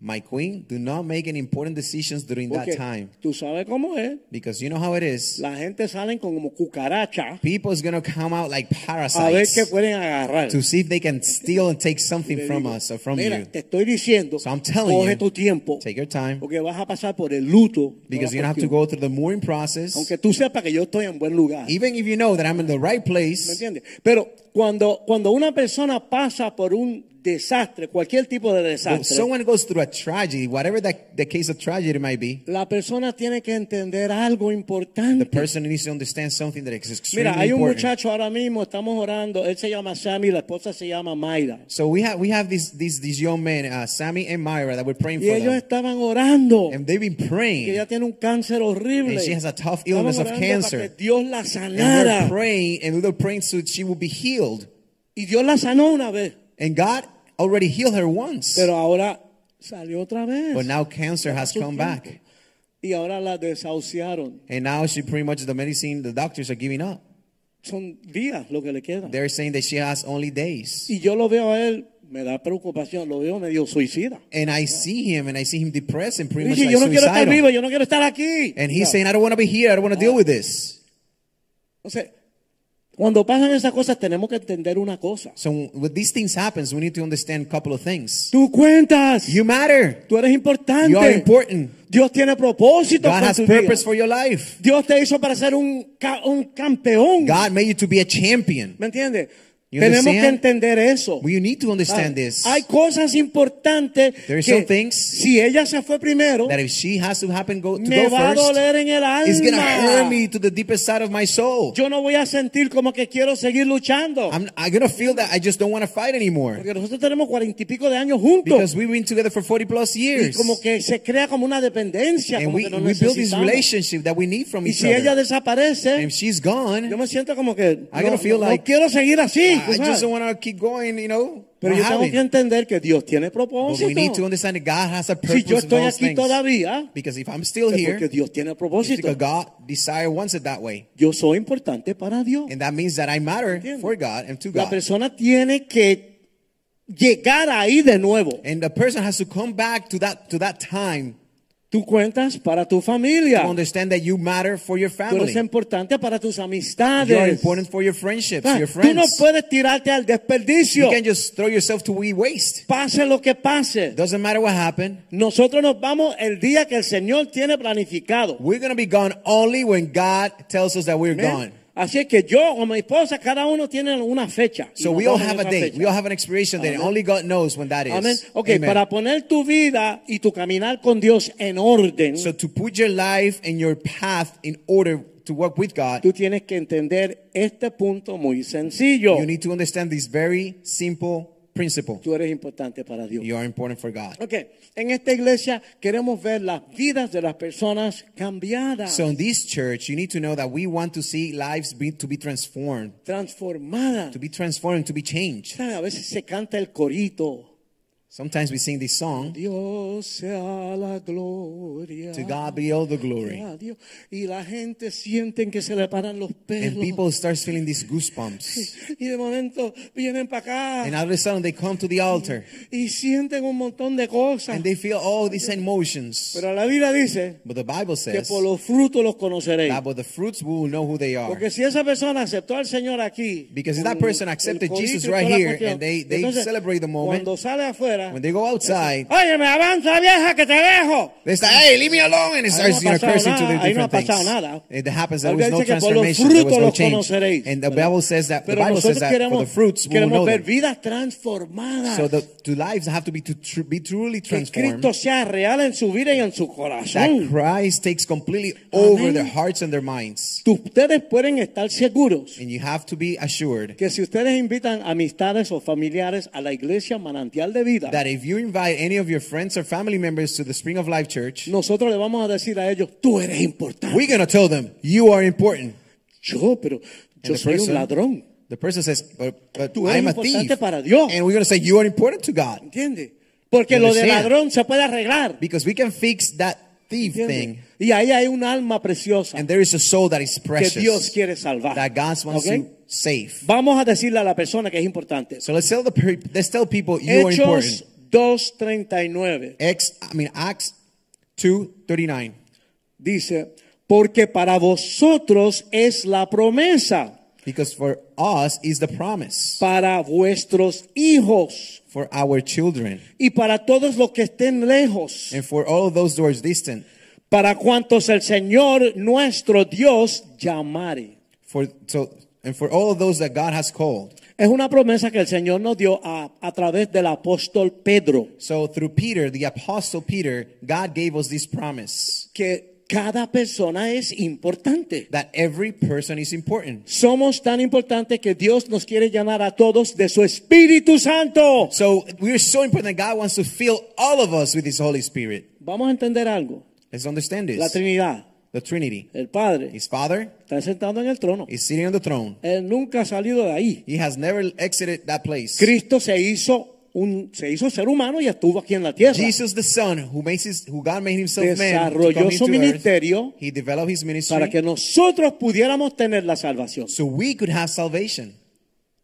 S3: my queen, do not make any important decisions during
S2: Porque
S3: that time.
S2: tú sabes cómo es.
S3: Because you know how it is.
S2: La gente salen como cucaracha
S3: People is going to come out like
S2: a ver qué
S3: parasites
S2: pueden agarrar.
S3: to see if they can steal and take something
S2: Le
S3: from
S2: digo,
S3: us or from
S2: Mira,
S3: you.
S2: te estoy diciendo,
S3: So I'm telling
S2: coge
S3: you,
S2: tu tiempo,
S3: Take your time.
S2: porque vas a pasar por el luto. de
S3: Because
S2: la
S3: you're going to have to
S2: cuestión.
S3: go through the mooring process.
S2: Aunque tú sepas que yo estoy en buen lugar.
S3: Even if you know that I'm in the right
S2: ¿Me
S3: place.
S2: entiendes? Pero cuando, cuando una persona pasa por un desastre, cualquier tipo de
S3: If
S2: desastre,
S3: someone goes through a tragedy, whatever that, the case of tragedy might be,
S2: la persona tiene que entender algo
S3: the
S2: importante.
S3: person needs to understand something that is extremely
S2: Mira, hay un
S3: important.
S2: muchacho ahora mismo, estamos orando, él se llama Sammy, la esposa se llama Mayra.
S3: So we have we have these these these young men, uh, Sammy and Myra, that we're praying
S2: Y
S3: for
S2: ellos
S3: them,
S2: estaban orando,
S3: and they've been
S2: que ella
S3: praying,
S2: tiene un cáncer horrible.
S3: and she has a tough
S2: Estaban
S3: illness of
S2: orando para que
S3: cancer.
S2: Dios la
S3: And we're
S2: sanara.
S3: praying, and we were praying so that she will be healed.
S2: Y Dios la sanó una vez,
S3: And God already healed her once,
S2: pero ahora salió otra vez.
S3: but now cancer has come back,
S2: Y ahora la desahuciaron.
S3: and now she pretty much the medicine the doctors are giving up.
S2: son días lo que le quedan.
S3: They're saying that she has only days.
S2: Y yo lo veo a él, me da preocupación, lo veo medio suicida.
S3: And I see him and I see him depressed and pretty much
S2: Dice,
S3: like
S2: yo no quiero estar vivo,
S3: suicidal.
S2: yo no quiero estar aquí.
S3: And he's
S2: No.
S3: saying, I don't want to be here. I don't want to deal with this.
S2: Entonces, cuando pasan esas cosas tenemos que entender una cosa.
S3: So when these things happens, we need to understand a couple of things.
S2: Tú cuentas,
S3: You matter.
S2: tú eres importante.
S3: You are important.
S2: Dios tiene propósito
S3: God
S2: con
S3: has
S2: tu
S3: purpose
S2: vida.
S3: for your life.
S2: Dios te hizo para ser un, ca- un campeón.
S3: God made you to be a champion.
S2: ¿Me entiendes?
S3: You
S2: Tenemos
S3: understand?
S2: que entender eso. Ah,
S3: We need to understand this.
S2: Hay cosas importantes
S3: There are
S2: que
S3: some things
S2: si ella se fue primero,
S3: That if she has to happen go, to
S2: me
S3: go
S2: va a
S3: first,
S2: doler en el alma.
S3: it's gonna hurt me to the deepest side of my soul.
S2: Yo no voy a sentir como que quiero seguir luchando.
S3: I'm, I'm gonna feel that I just don't want to fight anymore
S2: Porque nosotros tenemos cuarenta y pico de años juntos.
S3: because we've been together for 40 plus
S2: Y
S3: years,
S2: como que se crea como una dependencia.
S3: and
S2: como
S3: we,
S2: que nos
S3: we build this
S2: necesitamos.
S3: relationship that we need from
S2: Y
S3: each
S2: si ella
S3: other.
S2: desaparece,
S3: And if she's
S2: yo
S3: gone,
S2: me siento como que no,
S3: gonna feel
S2: no
S3: like-
S2: quiero seguir así. tú
S3: I
S2: sabes.
S3: just don't want to keep going, you know.
S2: Pero
S3: not
S2: yo tengo
S3: having.
S2: que entender que Dios tiene
S3: But we need to
S2: propósito.
S3: understand that God has a
S2: Si
S3: purpose
S2: yo
S3: for
S2: estoy
S3: those
S2: aquí
S3: things.
S2: todavía,
S3: because if I'm still
S2: es
S3: here,
S2: porque Dios tiene
S3: it's because
S2: propósito.
S3: God desire wants it that way,
S2: Yo soy importante para Dios.
S3: and that means that I matter
S2: Entiende?
S3: for God and to
S2: La
S3: God.
S2: persona tiene que llegar ahí de nuevo.
S3: And the person has to come back to that to that time
S2: Tú cuentas para tu familia.
S3: to understand that you matter for your
S2: Tú eres
S3: family.
S2: Ah, importante para tus
S3: You are
S2: amistades.
S3: important for your friendships,
S2: Ah,
S3: your
S2: Tú no
S3: friends.
S2: puedes tirarte al
S3: You
S2: desperdicio.
S3: can't just throw yourself to we waste.
S2: Pase lo que pase.
S3: Doesn't matter what happened.
S2: Nosotros nos vamos el día que el Señor tiene planificado.
S3: We're gonna be gone only when God tells us that we're
S2: Amén.
S3: gone.
S2: Así es que yo o mi esposa, cada uno tiene una fecha. Y
S3: So
S2: nos
S3: we all
S2: vamos en
S3: have a
S2: esa
S3: date.
S2: fecha.
S3: We all have an expiration date.
S2: Amén.
S3: Only God knows when that is.
S2: Amén. Ok,
S3: Amen.
S2: para poner tu vida y tu caminar con Dios en orden,
S3: So to put your life and your path in order to walk with God,
S2: tú tienes que entender este punto muy sencillo.
S3: you need to understand this very simple principle.
S2: Tú eres importante para Dios. Oh,
S3: You are important for God.
S2: Ok, en esta iglesia queremos ver las vidas de las personas cambiadas,
S3: So in this church, you need to know that we want to see lives be, to be transformed,
S2: transformadas.
S3: to be transformed, to be changed.
S2: A veces se canta el corito.
S3: Sometimes we sing this song,
S2: Dios sea la gloria.
S3: To God be all the glory.
S2: A Dios. Y la gente sienten que se le paran los <laughs>
S3: And
S2: pelos.
S3: people start feeling these goosebumps.
S2: Y de momento vienen para
S3: And
S2: acá
S3: all of a sudden they come to the altar
S2: y sienten un montón de cosas.
S3: and they feel all these emotions.
S2: Pero la Biblia dice
S3: But the Bible
S2: que
S3: says
S2: por los frutos los conoceréis.
S3: that by the fruits we will know who they are.
S2: Porque si esa persona aceptó al Señor aquí,
S3: Because if that
S2: con
S3: person
S2: el
S3: accepted
S2: corito
S3: Jesus
S2: y toda
S3: right
S2: la
S3: here
S2: cuestión,
S3: and they- they
S2: entonces,
S3: celebrate the moment,
S2: cuando sale afuera,
S3: When they go outside,
S2: oye, me avanza vieja que te dejo.
S3: they say, hey, leave me alone. And it
S2: Ahí no ha
S3: starts you know,
S2: pasado
S3: cursing to
S2: nada,
S3: the
S2: ahí no ha
S3: different
S2: pasado
S3: things.
S2: nada.
S3: It happens.
S2: La
S3: There was
S2: Biblia
S3: no
S2: dice que por los
S3: transformation. There was
S2: frutos
S3: no
S2: los
S3: change.
S2: conoceréis.
S3: And the
S2: ¿verdad?
S3: Bible says that, the
S2: Pero
S3: Bible
S2: nosotros
S3: says that
S2: queremos,
S3: for the fruits we will
S2: queremos
S3: know
S2: ver
S3: them.
S2: vidas transformadas.
S3: So the, to lives have to be to tr- be truly
S2: que Cristo
S3: transformed.
S2: sea real en su vida y en su
S3: That
S2: corazón.
S3: Christ takes completely over
S2: Amén.
S3: their hearts and their minds.
S2: Tú- Ustedes pueden estar seguros
S3: And you have to be assured
S2: que si ustedes invitan amistades o familiares a la iglesia manantial de vida,
S3: that if you invite any of your friends or family members to the Spring of Life Church,
S2: nosotros le vamos a decir a ellos, tú eres importante.
S3: we're going to tell them, you are important.
S2: Yo, pero yo
S3: the
S2: soy un
S3: person-
S2: ladrón.
S3: The person says, but, but
S2: Tú eres
S3: I'm a
S2: importante
S3: thief.
S2: para Dios.
S3: And we're going to say, you are important to God.
S2: ¿Entiendes? Porque
S3: You
S2: lo de
S3: understand?
S2: ladrón se puede arreglar.
S3: Because we can fix that thief
S2: ¿entiendes?
S3: thing.
S2: Y ahí hay un alma preciosa
S3: And there is a soul that is
S2: que
S3: precious.
S2: Dios quiere salvar.
S3: That God wants
S2: ¿Ok?
S3: to save.
S2: Vamos a decirle a la persona que es importante.
S3: So let's tell the per- let's tell people you are important.
S2: Hechos 2.39
S3: X I mean Acts two thirty nine.
S2: dice, porque para vosotros es la promesa,
S3: Because for us is the promise
S2: para vuestros hijos
S3: for our children
S2: y para todos los que estén lejos,
S3: and for all those who are distant,
S2: para cuantos el Señor nuestro Dios llamare.
S3: for so and for all of those that God has called.
S2: Es una promesa que el Señor nos dio a, a través del apóstol Pedro,
S3: So through Peter, the apostle Peter, God gave us this promise
S2: que cada persona es importante.
S3: that every person is important.
S2: Somos tan importantes que Dios nos quiere llamar a todos de su Espíritu Santo.
S3: So we are so important that God wants to fill all of us with His Holy Spirit.
S2: Vamos a entender algo.
S3: Let's understand
S2: La
S3: this.
S2: Trinidad,
S3: The Trinity.
S2: el Padre,
S3: His Father
S2: está sentado en el trono.
S3: is sitting on the throne.
S2: Él nunca ha salido de ahí.
S3: He has never exited that place.
S2: Cristo se hizo un, se hizo ser humano y estuvo aquí en la tierra.
S3: Jesus the Son, who makes his, who God made himself man, to come
S2: desarrolló su
S3: into
S2: ministerio
S3: earth, he developed his ministry
S2: para que nosotros pudiéramos tener la salvación.
S3: so we could have salvation.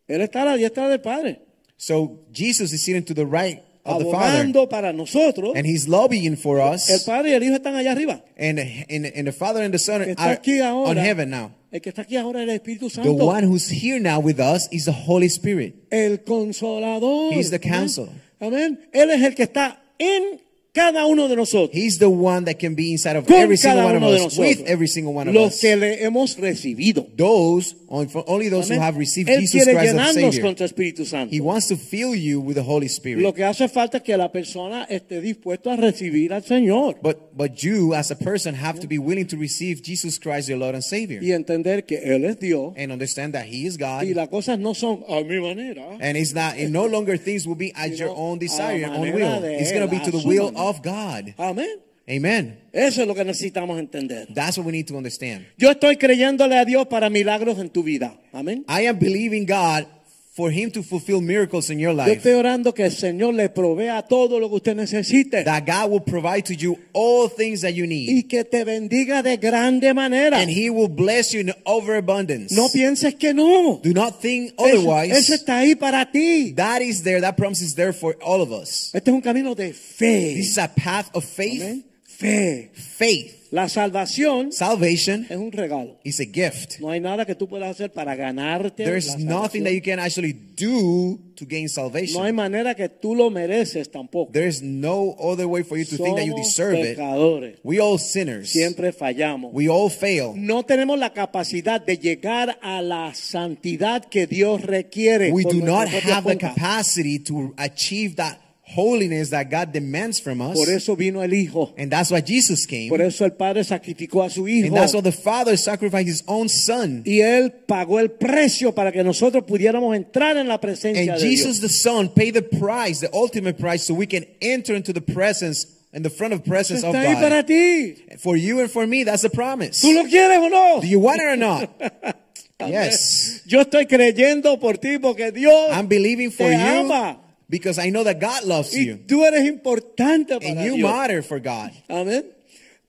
S2: Él está a la diestra del Padre,
S3: So Jesus is sitting to the right of the Father,
S2: abogando para nosotros.
S3: and he's lobbying for
S2: El
S3: us.
S2: Padre y el Hijo están allá arriba.
S3: And, and, and the Father and the Son
S2: El que está
S3: are
S2: aquí ahora,
S3: on heaven now.
S2: El que está aquí ahora es el Espíritu
S3: The
S2: Santo.
S3: one who's here now with us is the Holy Spirit.
S2: el consolador.
S3: He's the
S2: Amén.
S3: counselor.
S2: Amén. Él es el que está en cada uno de nosotros.
S3: He's the one that can be inside of
S2: con
S3: every single
S2: cada
S3: one of
S2: uno de
S3: us,
S2: nosotros.
S3: with every single one of
S2: los
S3: us.
S2: que le hemos recibido.
S3: Those, on- for only those
S2: Amén.
S3: who have received
S2: Él
S3: Jesus
S2: quiere
S3: Christ as
S2: llenarnos
S3: Savior.
S2: con tu Espíritu Santo.
S3: He wants to fill you with the Holy Spirit.
S2: Lo que hace falta es que la persona esté dispuesta a recibir al Señor
S3: but but you as a person have to be willing to receive Jesus Christ your Lord and Savior
S2: y entender que Él es Dios
S3: and understand that He is God.
S2: y las cosas no son a mi manera.
S3: and it's not and no longer things
S2: <laughs>
S3: will be at
S2: Sino
S3: your own desire,
S2: a la
S3: your own
S2: manera
S3: will.
S2: de
S3: It's gonna
S2: él,
S3: be to
S2: a
S3: the
S2: su
S3: will
S2: manera.
S3: of God.
S2: Amén.
S3: Amen.
S2: Eso es lo que necesitamos entender.
S3: That's what we need to understand.
S2: Yo estoy creyéndole a Dios para milagros en tu vida. Amén.
S3: I am believing God for Him to fulfill miracles in your
S2: Yo
S3: life.
S2: estoy orando que el Señor le provea todo lo que usted necesite
S3: That God will provide to you all things that you need.
S2: y que te bendiga de grande manera.
S3: And He will bless you in overabundance.
S2: No pienses que no.
S3: Do not think
S2: Eso,
S3: otherwise.
S2: eso está ahí para ti.
S3: That is there. That promise is there for all of us.
S2: Este es un camino de fe.
S3: This is a path of faith.
S2: Amén. Fe.
S3: Faith,
S2: La salvación
S3: salvation
S2: es un regalo.
S3: is a gift.
S2: No hay nada que tú puedas hacer para ganarte. la
S3: There's nothing
S2: salvación.
S3: that you can actually do to gain
S2: no hay
S3: salvation.
S2: manera que tú lo mereces tampoco.
S3: There's no other way for you to think that you
S2: Somos
S3: deserve it.
S2: pecadores.
S3: We all sinners.
S2: Siempre fallamos.
S3: We all fail.
S2: No tenemos la capacidad de llegar a la santidad que Dios requiere.
S3: We
S2: por
S3: do
S2: nuestra
S3: not
S2: propia
S3: have the
S2: cuenta.
S3: capacity to achieve that holiness that God demands from
S2: Por
S3: us.
S2: eso vino el Hijo.
S3: And that's why Jesus came.
S2: Por eso el Padre sacrificó a su Hijo.
S3: And that's why the Father sacrificed his own son.
S2: Y Él pagó el precio para que nosotros pudiéramos entrar en la presencia
S3: And
S2: de Dios.
S3: Jesus the Son paid the price, the ultimate price, so we can enter into the presence and the front of presence of
S2: Está ahí
S3: God.
S2: para ti.
S3: For you and for me, that's a promise.
S2: ¿Tú lo quieres o no?
S3: Do you want it or not?
S2: <laughs>
S3: yes.
S2: Yo estoy creyendo por ti porque Dios
S3: I'm believing for
S2: te
S3: you
S2: ama.
S3: because I know that God loves
S2: Y
S3: you
S2: tú eres importante para
S3: and you
S2: Dios.
S3: matter for God.
S2: Amén.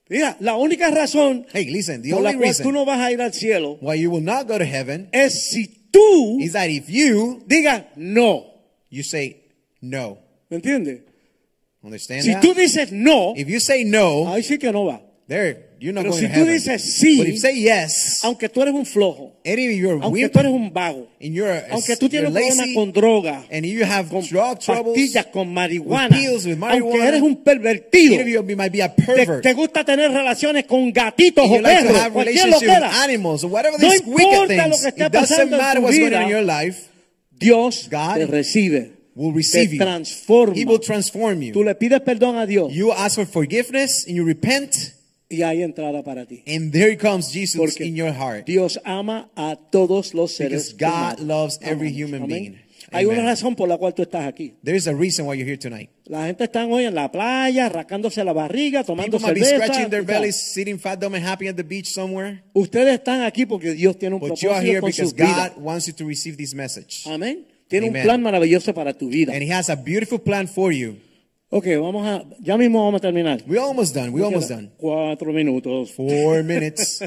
S2: Mira, la única razón
S3: Hey, listen, the
S2: por la
S3: only
S2: cual tú
S3: reason
S2: no vas a ir al cielo
S3: why you will not go to heaven
S2: es si tú
S3: is that if you
S2: digas no.
S3: you say no.
S2: ¿Me entiendes?
S3: Understand
S2: Si
S3: that?
S2: tú Ah. dices no,
S3: If you say no,
S2: ahí sí que no va.
S3: there you're not
S2: Pero
S3: going
S2: si
S3: to
S2: tú
S3: heaven.
S2: dices sí,
S3: but if you say yes,
S2: Aunque tú eres un flojo,
S3: and if you're
S2: aunque
S3: weak,
S2: tú eres un vago,
S3: and you're, a,
S2: aunque tú
S3: you're
S2: tienes problemas
S3: lazy,
S2: con droga,
S3: and you have
S2: con
S3: drug troubles,
S2: pastillas, con marihuana,
S3: pills, with
S2: aunque
S3: marijuana,
S2: eres un pervertido,
S3: even if you might be a
S2: te,
S3: pervert,
S2: te gusta tener relaciones con gatitos
S3: and you
S2: o
S3: like to
S2: perros,
S3: have
S2: cualquier
S3: relationships with
S2: loquera,
S3: animals, or whatever
S2: No
S3: these
S2: importa
S3: wicked
S2: lo
S3: things,
S2: que esté
S3: it doesn't
S2: pasando en
S3: matter
S2: tu
S3: what's going on
S2: vida,
S3: in your life,
S2: Dios
S3: God
S2: te recibe,
S3: will receive
S2: te
S3: you.
S2: transforma.
S3: He will transform
S2: Tú
S3: you.
S2: le pides perdón a Dios
S3: You ask for forgiveness, and you repent,
S2: y hay entrada para ti.
S3: and there comes Jesus
S2: Porque
S3: in your heart.
S2: Dios ama a todos los seres
S3: Because God
S2: humanos.
S3: loves every
S2: Amén.
S3: human
S2: Amén.
S3: being.
S2: Hay una
S3: Amen.
S2: razón por la cual tú estás aquí.
S3: There's a reason why you're here tonight.
S2: La gente está hoy en la playa, rascándose la barriga, tomando
S3: People might be
S2: cerveza.
S3: scratching their
S2: tú sabes.
S3: bellies, sitting fat, dumb, and happy at the beach somewhere,
S2: Ustedes están aquí porque Dios tiene un
S3: but you are
S2: propósito
S3: here
S2: con
S3: because
S2: sus vidas.
S3: God wants you to receive this message,
S2: Amén. Tiene un
S3: Amen.
S2: plan maravilloso para tu vida.
S3: and He has a beautiful plan for you.
S2: Ok, vamos a, ya mismo vamos a terminar.
S3: We're almost done. We're almost done.
S2: Cuatro minutos.
S3: Four <laughs> minutes.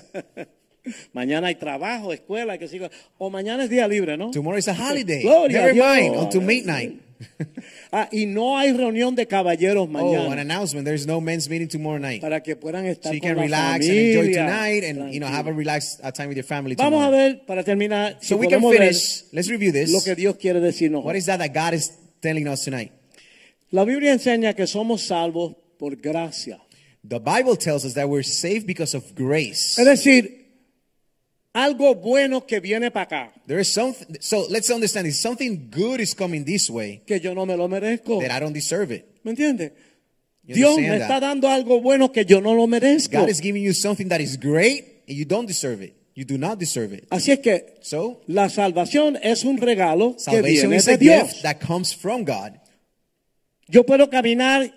S2: Mañana hay trabajo, escuela, que siga. O mañana es día libre, ¿no?
S3: Tomorrow is a holiday.
S2: Gloria a
S3: Never
S2: Dios.
S3: mind. Until midnight.
S2: Ah, y no hay reunión de caballeros
S3: Oh, an
S2: mañana
S3: announcement. There's no men's meeting tomorrow night.
S2: para que puedan estar
S3: So you
S2: con
S3: can
S2: la
S3: relax and
S2: familia.
S3: enjoy tonight and you know have a
S2: Tranquilo.
S3: relaxed uh, time with your family tomorrow.
S2: Vamos a ver para terminar si
S3: So we can
S2: podemos ver
S3: finish. Let's review
S2: lo
S3: this.
S2: que Dios quiere decirnos.
S3: What is that that God is telling us tonight?
S2: La Biblia enseña que somos salvos por gracia.
S3: The Bible tells us that we're saved because of grace.
S2: Es decir, algo bueno que viene para acá,
S3: There is something so let's understand this. Something good is coming this way
S2: que yo no me lo merezco.
S3: that I don't deserve it.
S2: ¿Me entiendes?
S3: You
S2: Dios me
S3: understand
S2: está
S3: that?
S2: dando algo bueno que yo no lo merezco.
S3: God is giving you something that is great and you don't deserve it. You do not deserve it.
S2: Así es que
S3: So
S2: la salvación es un regalo que
S3: Salvation
S2: viene
S3: is
S2: de
S3: a gift
S2: Dios.
S3: that comes from God.
S2: Yo puedo caminar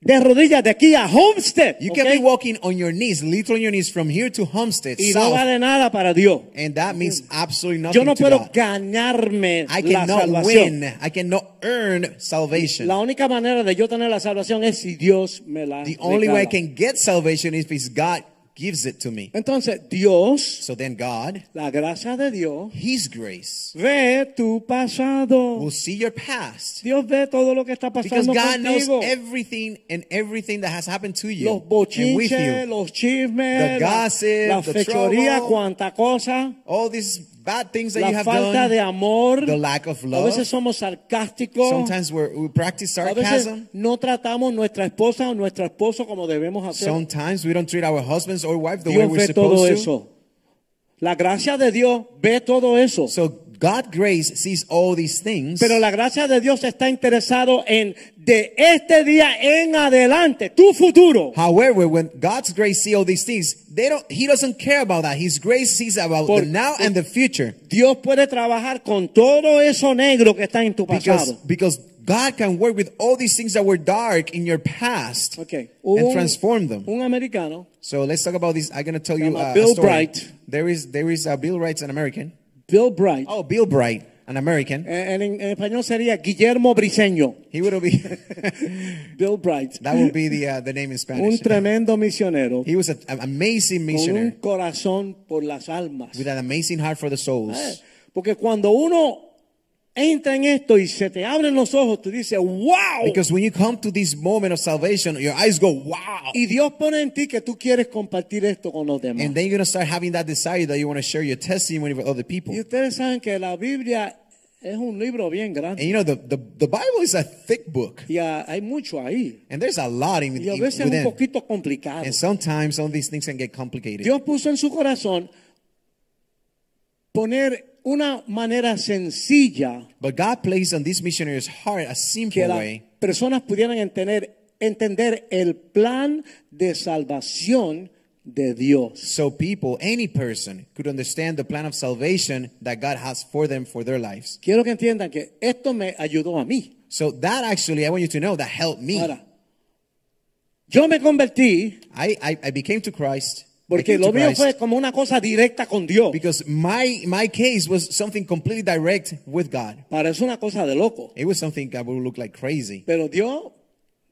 S2: de rodillas de aquí a Homestead.
S3: You
S2: ¿ok?
S3: can be walking on your knees, literally on your knees, from here to Homestead,
S2: y no
S3: south,
S2: vale nada para Dios.
S3: and that means absolutely nothing
S2: Yo no
S3: to
S2: puedo
S3: God.
S2: ganarme
S3: I
S2: la
S3: cannot
S2: salvación.
S3: win. I cannot earn salvation.
S2: La única manera de yo tener la salvación es si Dios me la
S3: The only way I
S2: regala.
S3: can get salvation is because God gives it to me.
S2: Entonces, Dios,
S3: So then God,
S2: la gracia de Dios,
S3: His grace,
S2: ve tu pasado.
S3: will see your past.
S2: Dios ve todo lo que está
S3: Because
S2: pasando
S3: God knows
S2: contigo.
S3: everything and everything that has happened to you
S2: Los
S3: and with
S2: bochinches,
S3: you.
S2: los chismes,
S3: The
S2: la-
S3: gossip,
S2: la
S3: the
S2: fechoría,
S3: trouble,
S2: cuanta cosa,
S3: All these bad things that you
S2: la
S3: have
S2: falta
S3: done,
S2: de amor.
S3: the lack of
S2: A
S3: love.
S2: veces somos sarcásticos.
S3: Sometimes we're, we practice
S2: A veces
S3: sarcasm.
S2: no tratamos nuestra esposa o nuestro esposo como debemos hacer.
S3: Sometimes we don't treat our husbands or wife the way
S2: Dios
S3: we're
S2: ve todo
S3: supposed to.
S2: eso. La gracia de Dios ve todo eso.
S3: So God grace sees all these things.
S2: Pero la gracia de Dios está interesado en de este día en adelante, tu futuro.
S3: However, when God's grace sees all these things, they don't. He doesn't care about that. His grace sees about
S2: Por-
S3: the now and the future.
S2: Dios puede trabajar con todo eso negro que está en tu
S3: Because
S2: pasado.
S3: because God can work with all these things that were dark in your past
S2: Okay.
S3: and
S2: Un-
S3: transform them.
S2: Un americano
S3: So let's talk about this. I'm gonna tell you
S2: Llama
S3: uh,
S2: Bill
S3: a story.
S2: Bright.
S3: There is there is uh, Bill Bright's an American.
S2: Bill Bright.
S3: Oh, Bill Bright, an American.
S2: eh, En, en español sería Guillermo Briseño.
S3: He would be.
S2: Bill Bright.
S3: <laughs> that would be the uh, the name in
S2: Un
S3: Spanish.
S2: tremendo misionero.
S3: He was a- an amazing
S2: Con un
S3: missionary
S2: corazón por las almas. Eh,
S3: with an amazing heart for the souls.
S2: Porque cuando uno entra en esto y se te abren los ojos, tú dices, wow.
S3: Because when you come to this moment of salvation, your eyes go wow.
S2: y Dios pone en ti que tú quieres compartir esto con los demás.
S3: And then you're going to start having that desire that you want to share your testimony with other people.
S2: y ustedes saben que la Biblia es un libro bien grande.
S3: And you know, the, the, the Bible is a thick book,
S2: y ah, hay mucho ahí.
S3: and there's a lot in,
S2: Y a
S3: in-
S2: veces un
S3: within.
S2: poquito complicado.
S3: And sometimes some of these things can get complicated.
S2: Dios puso en su corazón poner una manera sencilla
S3: But God placed on this missionary's heart a
S2: que
S3: simple
S2: las
S3: way
S2: personas pudieran entender, entender el plan de salvación de Dios.
S3: so people, any person, could understand the plan of salvation that God has for them for their lives.
S2: Quiero que entiendan que esto me ayudó a mí.
S3: So that actually, I want you to know, that helped me.
S2: Ahora, yo me convertí
S3: I, I, I became to Christ. I
S2: porque
S3: came to
S2: lo mío
S3: Christ
S2: fue como una cosa directa con Dios.
S3: Because my my case was something completely direct with God.
S2: Parece una cosa de loco.
S3: It was something that would look like crazy.
S2: Pero Dios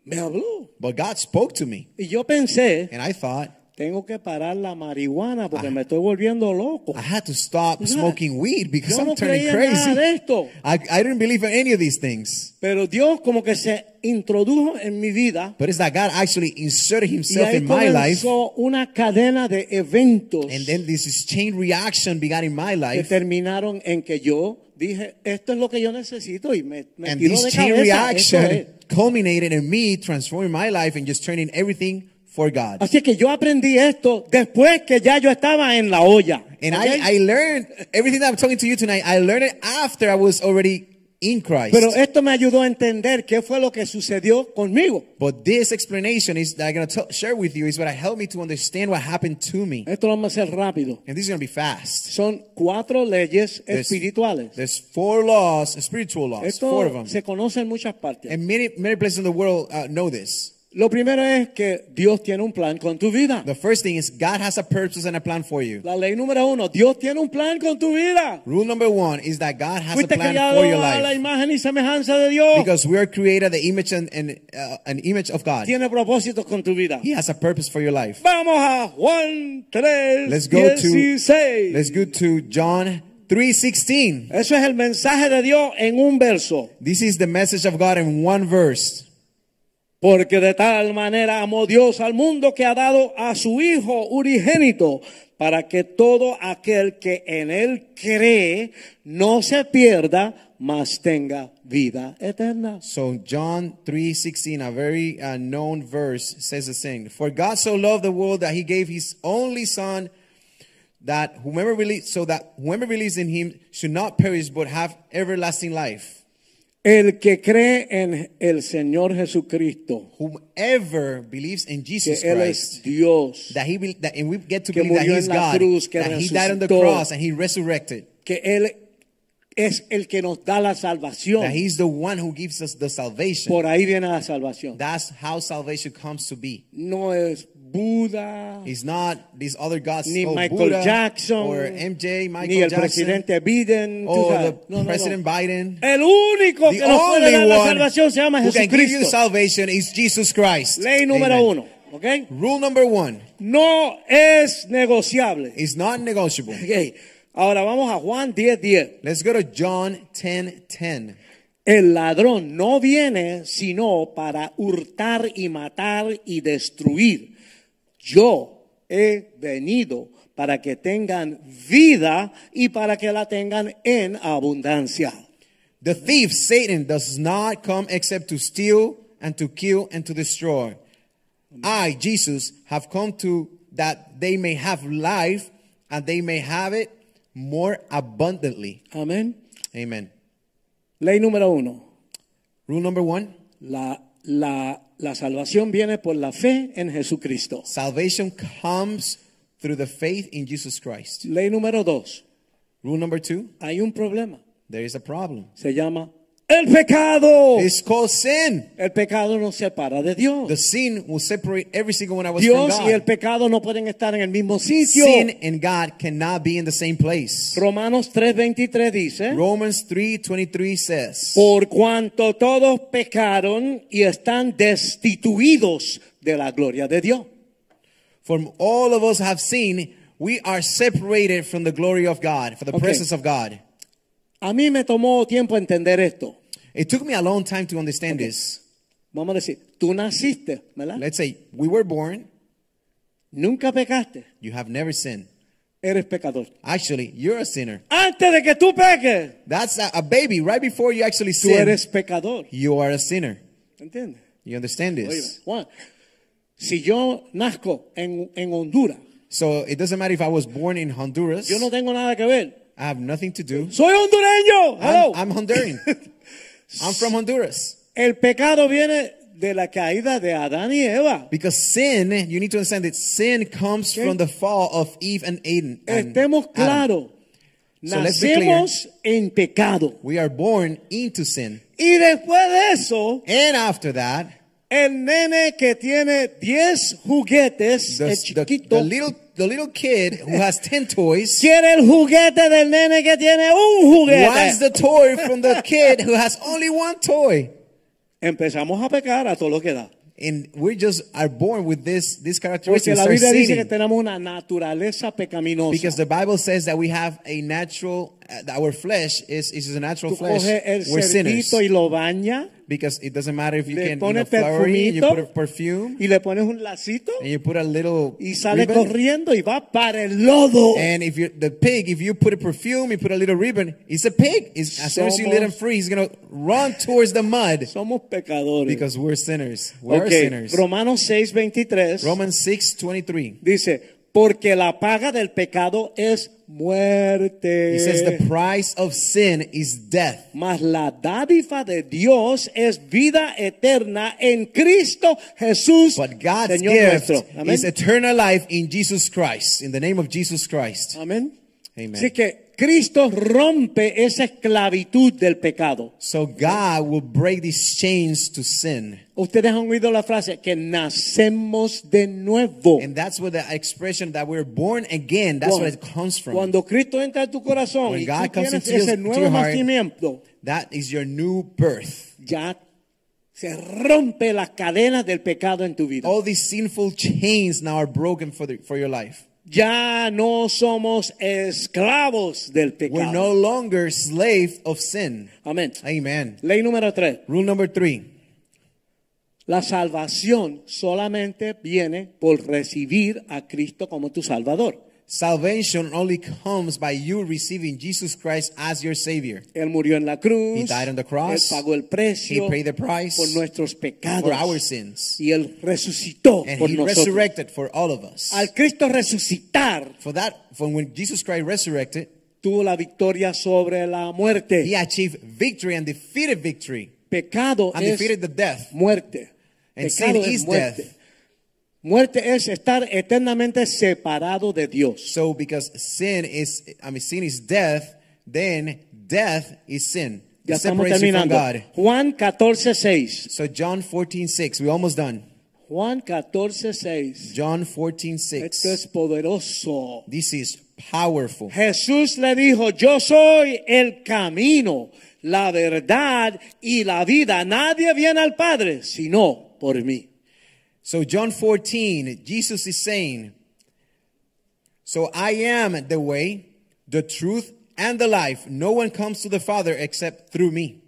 S2: me habló.
S3: But God spoke to me,
S2: Y yo pensé,
S3: and I thought
S2: tengo que parar la marihuana
S3: Ah.
S2: porque me estoy volviendo loco.
S3: I had to stop
S2: Right.
S3: smoking weed because
S2: Yo no
S3: Ah, I'm turning
S2: creía en nada de
S3: crazy.
S2: esto.
S3: I, I didn't believe in any of these things.
S2: Pero Dios como que se introdujo en mi vida.
S3: But it's that God actually inserted
S2: Y
S3: Himself
S2: ahí
S3: in my life,
S2: comenzó una cadena de eventos
S3: and then this chain reaction began in my
S2: que
S3: life.
S2: terminaron en que yo dije, esto es lo que yo necesito y me, me
S3: And
S2: tiró
S3: this
S2: de
S3: chain
S2: cabeza. esto es.
S3: reaction culminated in me transforming my life and just turning everything for God.
S2: Así que yo aprendí esto después que ya yo estaba en la olla.
S3: And
S2: ¿ok?
S3: I, I learned everything that I'm talking to you tonight. I learned it after I was already in Christ.
S2: Pero esto me ayudó a entender qué fue lo que sucedió conmigo.
S3: but this explanation is that I'm gonna tell- share with you is what I helped me to understand what happened to me.
S2: Esto lo vamos a hacer rápido.
S3: And this is gonna be fast.
S2: Son cuatro leyes
S3: There's-
S2: espirituales.
S3: There's four laws, spiritual laws, four of
S2: Esto
S3: them.
S2: se conoce en muchas partes.
S3: And many many places in the world uh, know this.
S2: Lo primero es que Dios tiene un plan con tu vida.
S3: The first thing is God has a purpose and a plan for you.
S2: La ley número uno, Dios tiene un plan con tu vida.
S3: Rule number one is that God has a
S2: Fuiste
S3: plan
S2: creado
S3: for your
S2: a la
S3: life
S2: imagen y semejanza de Dios.
S3: because we are created the image and, and uh, an image of God.
S2: tiene propósitos con tu vida.
S3: He has a purpose for your life.
S2: Vamos a Juan 3,
S3: Let's go to
S2: 16.
S3: Let's go to John 3:16.
S2: Eso es el mensaje de Dios en un verso.
S3: This is the message of God in one verse.
S2: Porque de tal manera amó Dios al mundo que ha dado a su Hijo unigénito para que todo aquel que en él cree no se pierda, mas tenga vida eterna.
S3: So John 3:16, a very uh, known verse, says the same. For God so loved the world that he gave his only son that whomever believes so that whomever believes in him should not perish but have everlasting life.
S2: El que cree en el Señor Jesucristo,
S3: Whomever believes in
S2: que
S3: Jesus
S2: Él
S3: Christ
S2: es Dios,
S3: that he be, that, and we get to
S2: que
S3: believe that
S2: murió
S3: he is
S2: en la
S3: God,
S2: cruz, que
S3: that he died on the
S2: resucitó.
S3: cross and he resurrected.
S2: que Él es el que nos da la salvación.
S3: that he's the one who gives us the salvation.
S2: Por ahí viene la salvación.
S3: That's how salvation comes to be.
S2: No es Buda,
S3: It's not these other gods
S2: ni
S3: oh,
S2: Michael
S3: Buddha,
S2: Jackson,
S3: or MJ, Michael
S2: ni el
S3: Jackson,
S2: presidente Biden. tú
S3: or
S2: sabes.
S3: the
S2: No, no, no.
S3: President Biden.
S2: El único
S3: The
S2: que nos puede dar
S3: only
S2: la
S3: one
S2: salvación se llama
S3: who can give you
S2: Jesucristo.
S3: salvation is Jesus Christ.
S2: Ley número
S3: Amen.
S2: uno. ¿ok?
S3: Rule number one
S2: No es negociable.
S3: is not negotiable.
S2: Ok. Ahora vamos a Juan 10:10.
S3: Let's go to John 10 10.
S2: El ladrón no viene sino para hurtar y matar y destruir. Yo he venido para que tengan vida y para que la tengan en abundancia.
S3: The thief, Satan, does not come except to steal and to kill and to destroy. I, Jesus, have come to that they may have life and they may have it more abundantly.
S2: Amén.
S3: Amen.
S2: Ley número uno.
S3: Rule number one
S2: La, la, la salvación viene por la fe en Jesucristo.
S3: salvation comes through the faith in Jesus Christ.
S2: Ley número dos.
S3: Rule number two
S2: Hay un problema.
S3: there is a problem.
S2: Se llama el pecado.
S3: It's called sin.
S2: El pecado nos separa de Dios.
S3: The sin will separate every single one of us from
S2: Dios
S3: Pues God.
S2: y el pecado no pueden estar en el mismo sitio.
S3: Sin and God cannot be in the same place.
S2: Romanos 3:23 dice,
S3: Romans 3:23 says,
S2: por cuanto todos pecaron y están destituidos de la gloria de Dios.
S3: "For all of us have seen, we are separated from the glory of God, for the
S2: Okay.
S3: presence of God."
S2: A mí me tomó tiempo entender esto.
S3: It took me a long time to understand this.
S2: Vamos a decir, tú naciste, ¿verdad?
S3: Let's say we were born,
S2: Nunca pecaste,
S3: you have never sinned.
S2: eres pecador.
S3: Actually, you're a sinner.
S2: Antes de que tú peques,
S3: That's a, a baby right before you actually
S2: tú
S3: sin.
S2: eres pecador.
S3: You are a sinner.
S2: ¿Entiendes?
S3: You understand
S2: Oye,
S3: this?
S2: Juan, si yo nazco en, en Honduras,
S3: So it doesn't matter if I was born in Honduras.
S2: yo no tengo nada que ver.
S3: I have nothing to do.
S2: Soy hondureño. Hello.
S3: I'm,
S2: <laughs>
S3: I'm Honduran. I'm from Honduras.
S2: El pecado viene de la caída de Adán y Eva.
S3: Because sin, you need to understand that sin comes
S2: Okay. Eh,
S3: from the fall of Eve and Aden. and
S2: Estemos
S3: Adam.
S2: claros.
S3: So let's be clear.
S2: Nacemos en pecado.
S3: We are born into sin.
S2: Y después de eso,
S3: And after that,
S2: el nene que tiene 10 juguetes,
S3: the,
S2: el
S3: the,
S2: Eh, chiquito,
S3: the little, the little kid who has
S2: <laughs>
S3: 10 toys
S2: quiere el juguete del nene que tiene un juguete.
S3: wants the toy from
S2: <laughs>
S3: the kid who has only one toy.
S2: Empezamos a pecar a todo lo que da.
S3: And we just are born with this, this
S2: Porque
S3: characteristic.
S2: la
S3: start
S2: Biblia dice
S3: sinning.
S2: que tenemos una naturaleza pecaminosa.
S3: Because the Bible says that we have a natural, uh, our flesh is, is a natural
S2: Tú
S3: flesh.
S2: coges el
S3: We're sinners.
S2: cerdito y lo baña,
S3: Because it doesn't matter if you
S2: le
S3: can you know,
S2: pones
S3: flour it, you put a
S2: perfumito
S3: perfume,
S2: y le pones un lacito.
S3: and you put a little
S2: Y sale
S3: ribbon.
S2: corriendo y va para el lodo.
S3: And if you the pig, if you put a perfume, you put a little ribbon, it's a pig. It's, as soon as you let him
S2: Somos-
S3: free, he's gonna run towards the mud
S2: Somos pecadores.
S3: because we're sinners. We're
S2: Ok,
S3: sinners.
S2: Romanos 6:23
S3: Romans six twenty three.
S2: dice, porque la paga del pecado es muerte.
S3: He says the price of sin is death,
S2: mas la dádiva de Dios es vida eterna en Cristo Jesús,
S3: but God's
S2: Señor
S3: gift
S2: nuestro. Amén.
S3: is eternal life in Jesus Christ. In the name of Jesus Christ.
S2: Amén.
S3: Amen.
S2: Así que Cristo rompe esa esclavitud del pecado.
S3: So God will break these chains to sin.
S2: Ustedes han oído la frase que nacemos de nuevo.
S3: And that's where the expression that we're born again, that's where it comes from.
S2: Cuando Cristo entra en tu corazón
S3: When
S2: y
S3: God
S2: tú
S3: comes
S2: tienes
S3: into your-
S2: ese
S3: to
S2: nuevo
S3: your heart,
S2: nacimiento,
S3: that is your new birth.
S2: ya se rompe las cadenas del pecado en tu vida.
S3: All these sinful chains now are broken for, the, for your life.
S2: Ya no somos esclavos del
S3: We're
S2: pecado.
S3: no longer slaves of sin.
S2: Amén.
S3: Amen.
S2: Ley número tres.
S3: Rule number three.
S2: La salvación solamente viene por recibir a Cristo como tu Salvador.
S3: Salvation only comes by you receiving Jesus Christ as your Savior.
S2: Él murió en la cruz.
S3: He died on the cross.
S2: Él pagó el precio
S3: He paid the price
S2: por nuestros pecados.
S3: for our sins.
S2: Y él resucitó
S3: And
S2: por
S3: He
S2: nosotros.
S3: resurrected for all of us.
S2: Al Cristo resucitar,
S3: For that, for when Jesus Christ resurrected,
S2: tuvo la victoria sobre la muerte.
S3: He achieved victory and defeated victory
S2: Pecado
S3: and
S2: es
S3: defeated the death.
S2: muerte.
S3: And
S2: Pecado
S3: sin
S2: es
S3: is
S2: muerte.
S3: death.
S2: Muerte es estar eternamente separado de Dios.
S3: So because sin is, I mean, sin is death, then Death is sin. It
S2: Ya estamos
S3: separates you from
S2: terminando.
S3: God.
S2: Juan 14, 6.
S3: So John 14, 6. We're almost done.
S2: Juan 14, 6.
S3: John 14, 6.
S2: Esto es poderoso.
S3: This is powerful.
S2: Jesús le dijo, yo soy el camino, la verdad y la vida. Nadie viene al Padre sino por mí.
S3: So John 14, Jesus is saying, So I am the way, the truth, and the life. No one comes to the Father except through me.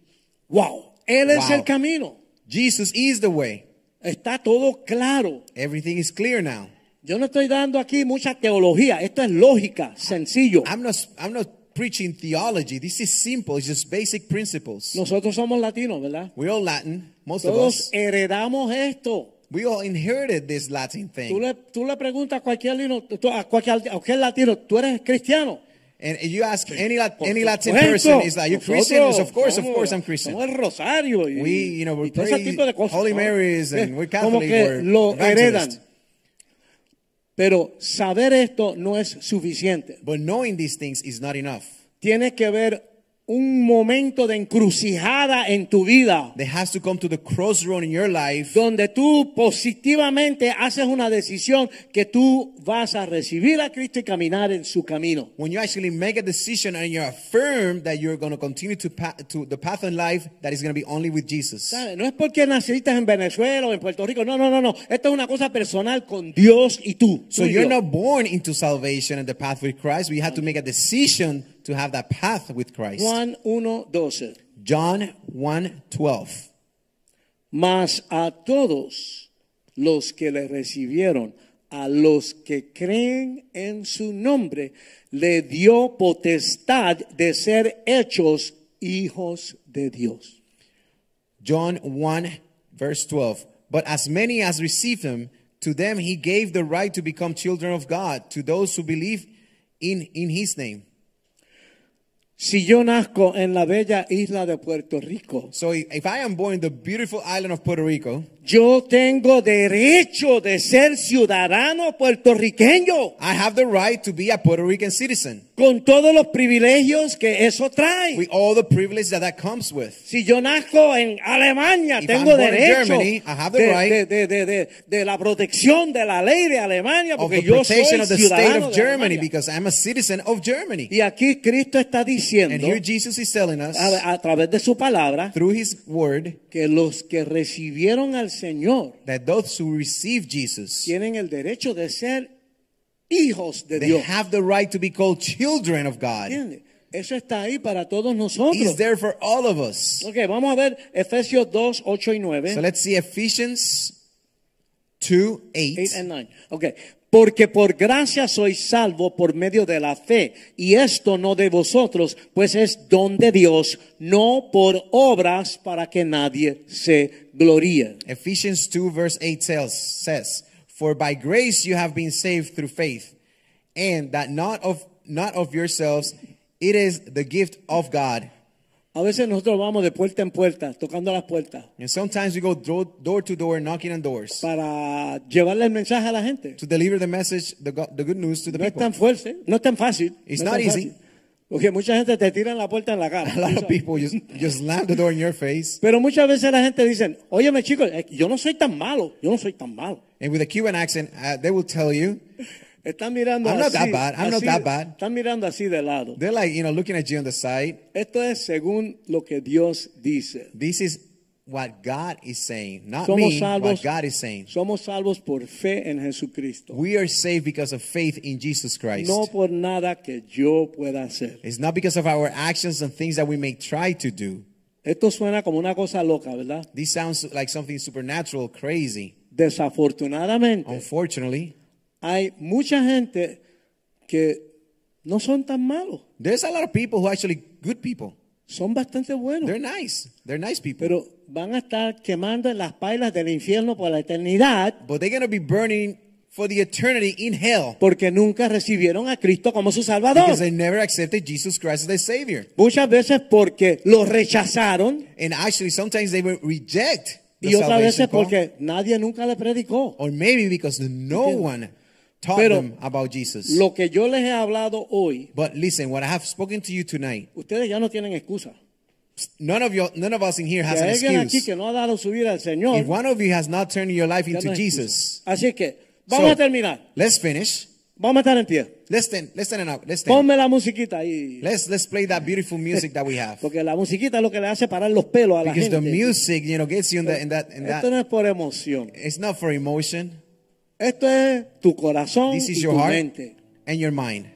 S2: Wow, Él es
S3: Wow.
S2: el camino.
S3: Jesus is the way.
S2: Está todo claro.
S3: Everything is clear now.
S2: Yo no estoy dando aquí mucha teología. Esto es lógica, sencillo.
S3: I'm not I'm not preaching theology. This is simple. It's just basic principles.
S2: Nosotros somos latinos, ¿verdad?
S3: We're all Latin, most of
S2: Todos
S3: us.
S2: heredamos esto.
S3: We all inherited this Latin
S2: Tú
S3: thing.
S2: le, tú le preguntas a cualquier, lino- tú- a cualquier, a cualquier latino, ¿tú eres cristiano?
S3: And you ask any Lat-
S2: Por
S3: any Latin
S2: supuesto.
S3: person, is like, you Christian? Yes,
S2: Nosotros
S3: of course, of
S2: somos-
S3: course, I'm Christian.
S2: somos el rosario y,
S3: We, you know, we
S2: y todo ese
S3: pray
S2: tipo de cosas.
S3: Holy
S2: ¿no?
S3: Marys and
S2: Que <laughs>
S3: we're
S2: Como
S3: Catholic,
S2: que
S3: we're
S2: lo heredan.
S3: evangelist.
S2: Pero saber esto no es suficiente.
S3: But knowing these things is not enough.
S2: Tiene que haber un momento de encrucijada en tu vida
S3: There has to come to the crossroad in your life
S2: donde tú positivamente haces una decisión que tú vas a recibir a Cristo y caminar en su camino.
S3: when you actually make a decision and you affirm that you're going to continue to pa- to the path in life that is going to be only with Jesus.
S2: ¿Sabe? No es porque naciste en Venezuela o en Puerto Rico. No, no, no, no. Esto es una cosa personal con Dios y tú.
S3: So
S2: tú y
S3: you're
S2: yo.
S3: not born into salvation and the path with Christ. We had to make a decision to have that path with Christ.
S2: Juan 1, 12.
S3: John 1 12.
S2: Mas a todos los que le recibieron, a los que creen en su nombre, le dio potestad de ser hechos hijos de Dios.
S3: John 1 verse 12. But as many as received him, to them he gave the right to become children of God, to those who believe in, in his name.
S2: Si yo nazco en la bella isla de Puerto Rico,
S3: So if if I am born in the beautiful island of Puerto Rico,
S2: yo tengo derecho de ser ciudadano puertorriqueño.
S3: I have the right to be a Puerto Rican citizen
S2: con todos los privilegios que eso trae.
S3: with all the privilege that that comes with.
S2: si yo nazco en Alemania,
S3: If
S2: tengo
S3: I'm born in
S2: derecho
S3: Germany, I have the
S2: de,
S3: right.
S2: de- de- de- de- de la protección de la ley de Alemania,
S3: Of
S2: porque
S3: the
S2: yo soy
S3: protection of the state
S2: ciudadano de
S3: of Germany
S2: Alemania.
S3: because I'm a citizen of Germany.
S2: Y aquí Cristo está
S3: And
S2: diciendo
S3: here Jesus is telling us
S2: a, a través de su palabra
S3: through his word
S2: que los que recibieron al Señor
S3: that those who receive Jesus
S2: tienen el derecho de ser hijos de
S3: they
S2: Dios.
S3: have the right to be called children of God.
S2: ¿Entiende? Eso está ahí para todos nosotros.
S3: He's there for all of us.
S2: Ok, vamos a ver Efesios 2, 8 y 9.
S3: So let's see Ephesians 2 8.
S2: 8 and 9. Okay. Porque por gracia sois salvo por medio de la fe, y esto no de vosotros, pues es don de Dios, no por obras para que nadie se gloríe.
S3: Ephesians 2 verse 8 tells, says, For by grace you have been saved through faith, and that not of not of yourselves, it is the gift of God.
S2: A veces nosotros vamos de puerta en puerta, tocando las puertas,
S3: And sometimes we go door, door to door, knocking on doors
S2: para llevarle el mensaje a la gente.
S3: to deliver the message, the, go- the good news to the
S2: No es
S3: people.
S2: tan fuerte, no es tan fácil.
S3: It's
S2: no es
S3: not
S2: tan
S3: easy.
S2: fácil. Porque mucha gente te tira la puerta en la cara.
S3: <laughs> A lot of people just, just slam the door in your face.
S2: Pero muchas veces la gente dice, óyeme chicos, eh, yo no soy tan malo, yo no soy tan malo.
S3: And with a Cuban accent, uh, they will tell you,
S2: Están mirando
S3: I'm not
S2: así.
S3: that bad. I'm not
S2: así-
S3: that bad.
S2: Están mirando así de lado.
S3: they're like, you know, looking at you on the side.
S2: Esto es según lo que Dios dice.
S3: This is what God is saying, not
S2: Somos
S3: me,
S2: salvos.
S3: what God is saying.
S2: Somos salvos por fe en Jesucristo.
S3: We are saved because of faith in Jesus Christ.
S2: No por nada que yo pueda hacer.
S3: It's not because of our actions and things that we may try to do.
S2: Esto suena como una cosa loca, ¿verdad?
S3: This sounds like something supernatural, crazy. Oh.
S2: Desafortunadamente,
S3: Unfortunately,
S2: hay mucha gente que no son tan malos.
S3: there's a lot of people who are actually good people.
S2: Son bastante buenos.
S3: They're nice. They're nice people.
S2: Pero van a estar quemando en las pailas del infierno por la eternidad
S3: But they're going to be burning for the eternity in hell
S2: porque nunca recibieron a Cristo como su Salvador.
S3: because they never accepted Jesus Christ as their Savior.
S2: Muchas veces porque lo rechazaron
S3: And actually, sometimes they will reject the
S2: y otras
S3: salvation
S2: veces
S3: call.
S2: porque nadie nunca le predicó.
S3: Or maybe because no one taught
S2: Pero
S3: them about Jesus.
S2: Lo que yo les he hablado hoy,
S3: but listen, what I have spoken to you tonight,
S2: ustedes ya no tienen excusa.
S3: none of you, none of us in here
S2: Si
S3: has an
S2: hay alguien aquí
S3: excuse.
S2: que no ha dado su vida al Señor,
S3: If one of you has not turned your life
S2: ya no
S3: into
S2: hay
S3: Jesus,
S2: excusa. Así que vamos
S3: So-
S2: a terminar.
S3: let's finish.
S2: Vamos a estar en pie.
S3: Let's stand, let's stand up. Let's stand.
S2: Ponme la musiquita ahí.
S3: Let's let's play that beautiful music that we have.
S2: Porque la musiquita es lo que le hace parar los pelos a la
S3: Because the
S2: gente.
S3: music, you know, gets you in that in that in
S2: Esto
S3: that.
S2: no es por emoción.
S3: It's not for emotion.
S2: Esto es tu corazón
S3: This is
S2: y
S3: your
S2: tu
S3: heart
S2: mente.
S3: and your mind.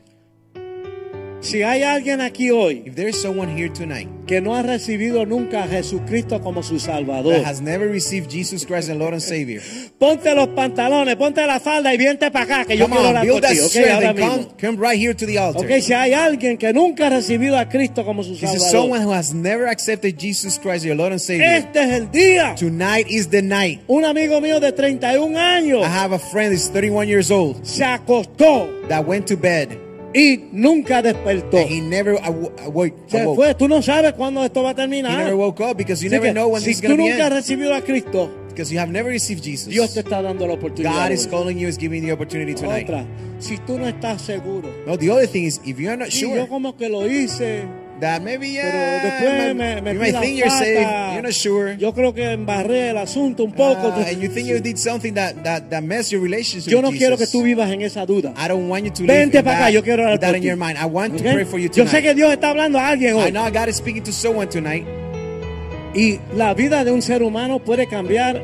S2: Si hay alguien aquí hoy
S3: If there's someone here tonight
S2: que no ha recibido nunca a Jesucristo como su
S3: that
S2: Salvador,
S3: has never received Jesus Christ as Lord and Savior,
S2: ponte los pantalones, ponte la falda y viente para acá que yo
S3: come
S2: quiero
S3: on,
S2: hablar
S3: build that
S2: contigo. ok,
S3: strength
S2: ahora
S3: and
S2: mismo.
S3: come, come right here to the altar.
S2: Ok, si hay alguien que nunca ha recibido a Cristo como su
S3: This is
S2: Salvador, Eh.
S3: someone who has never accepted Jesus Christ as your Lord and Savior.
S2: este es el día.
S3: Tonight is the night.
S2: Un amigo mío de 31 años
S3: I have a friend that's 31 years old
S2: se acostó
S3: that went to bed
S2: y nunca despertó.
S3: and he never awo- awoke.
S2: Oh. Se
S3: awoke.
S2: fue. Tú no sabes cuándo esto va a
S3: He
S2: terminar.
S3: never woke up because you
S2: Así
S3: never
S2: que,
S3: know when this is
S2: si tú
S3: going to be
S2: nunca has
S3: end.
S2: recibido a Cristo,
S3: Because you have never received Jesus.
S2: Dios te está dando la oportunidad.
S3: God
S2: hoy.
S3: is calling you, is giving you the opportunity tonight.
S2: Otra, si tú no estás seguro,
S3: No, the other thing is, if you're not
S2: Sí,
S3: sure
S2: yo como que lo hice,
S3: that maybe
S2: pero
S3: yeah,
S2: después me,
S3: you might-
S2: me
S3: you
S2: fui
S3: might
S2: la
S3: think you're
S2: pata.
S3: safe, you're not sure,
S2: Yo creo que embarré el asunto un poco.
S3: Ah, and you think you did something that that that messed your relationship.
S2: yo no
S3: with
S2: quiero que
S3: Jesus.
S2: tú vivas en esa duda.
S3: I don't want you to live
S2: Vente
S3: in
S2: para
S3: that,
S2: acá, yo quiero
S3: with
S2: orar
S3: that
S2: por
S3: in
S2: ti.
S3: your mind. I want
S2: ¿Ok?
S3: to pray for you
S2: Yo
S3: tonight.
S2: sé que Dios está hablando a alguien
S3: I
S2: hoy.
S3: know God is speaking to someone tonight.
S2: Y la vida de un ser humano puede cambiar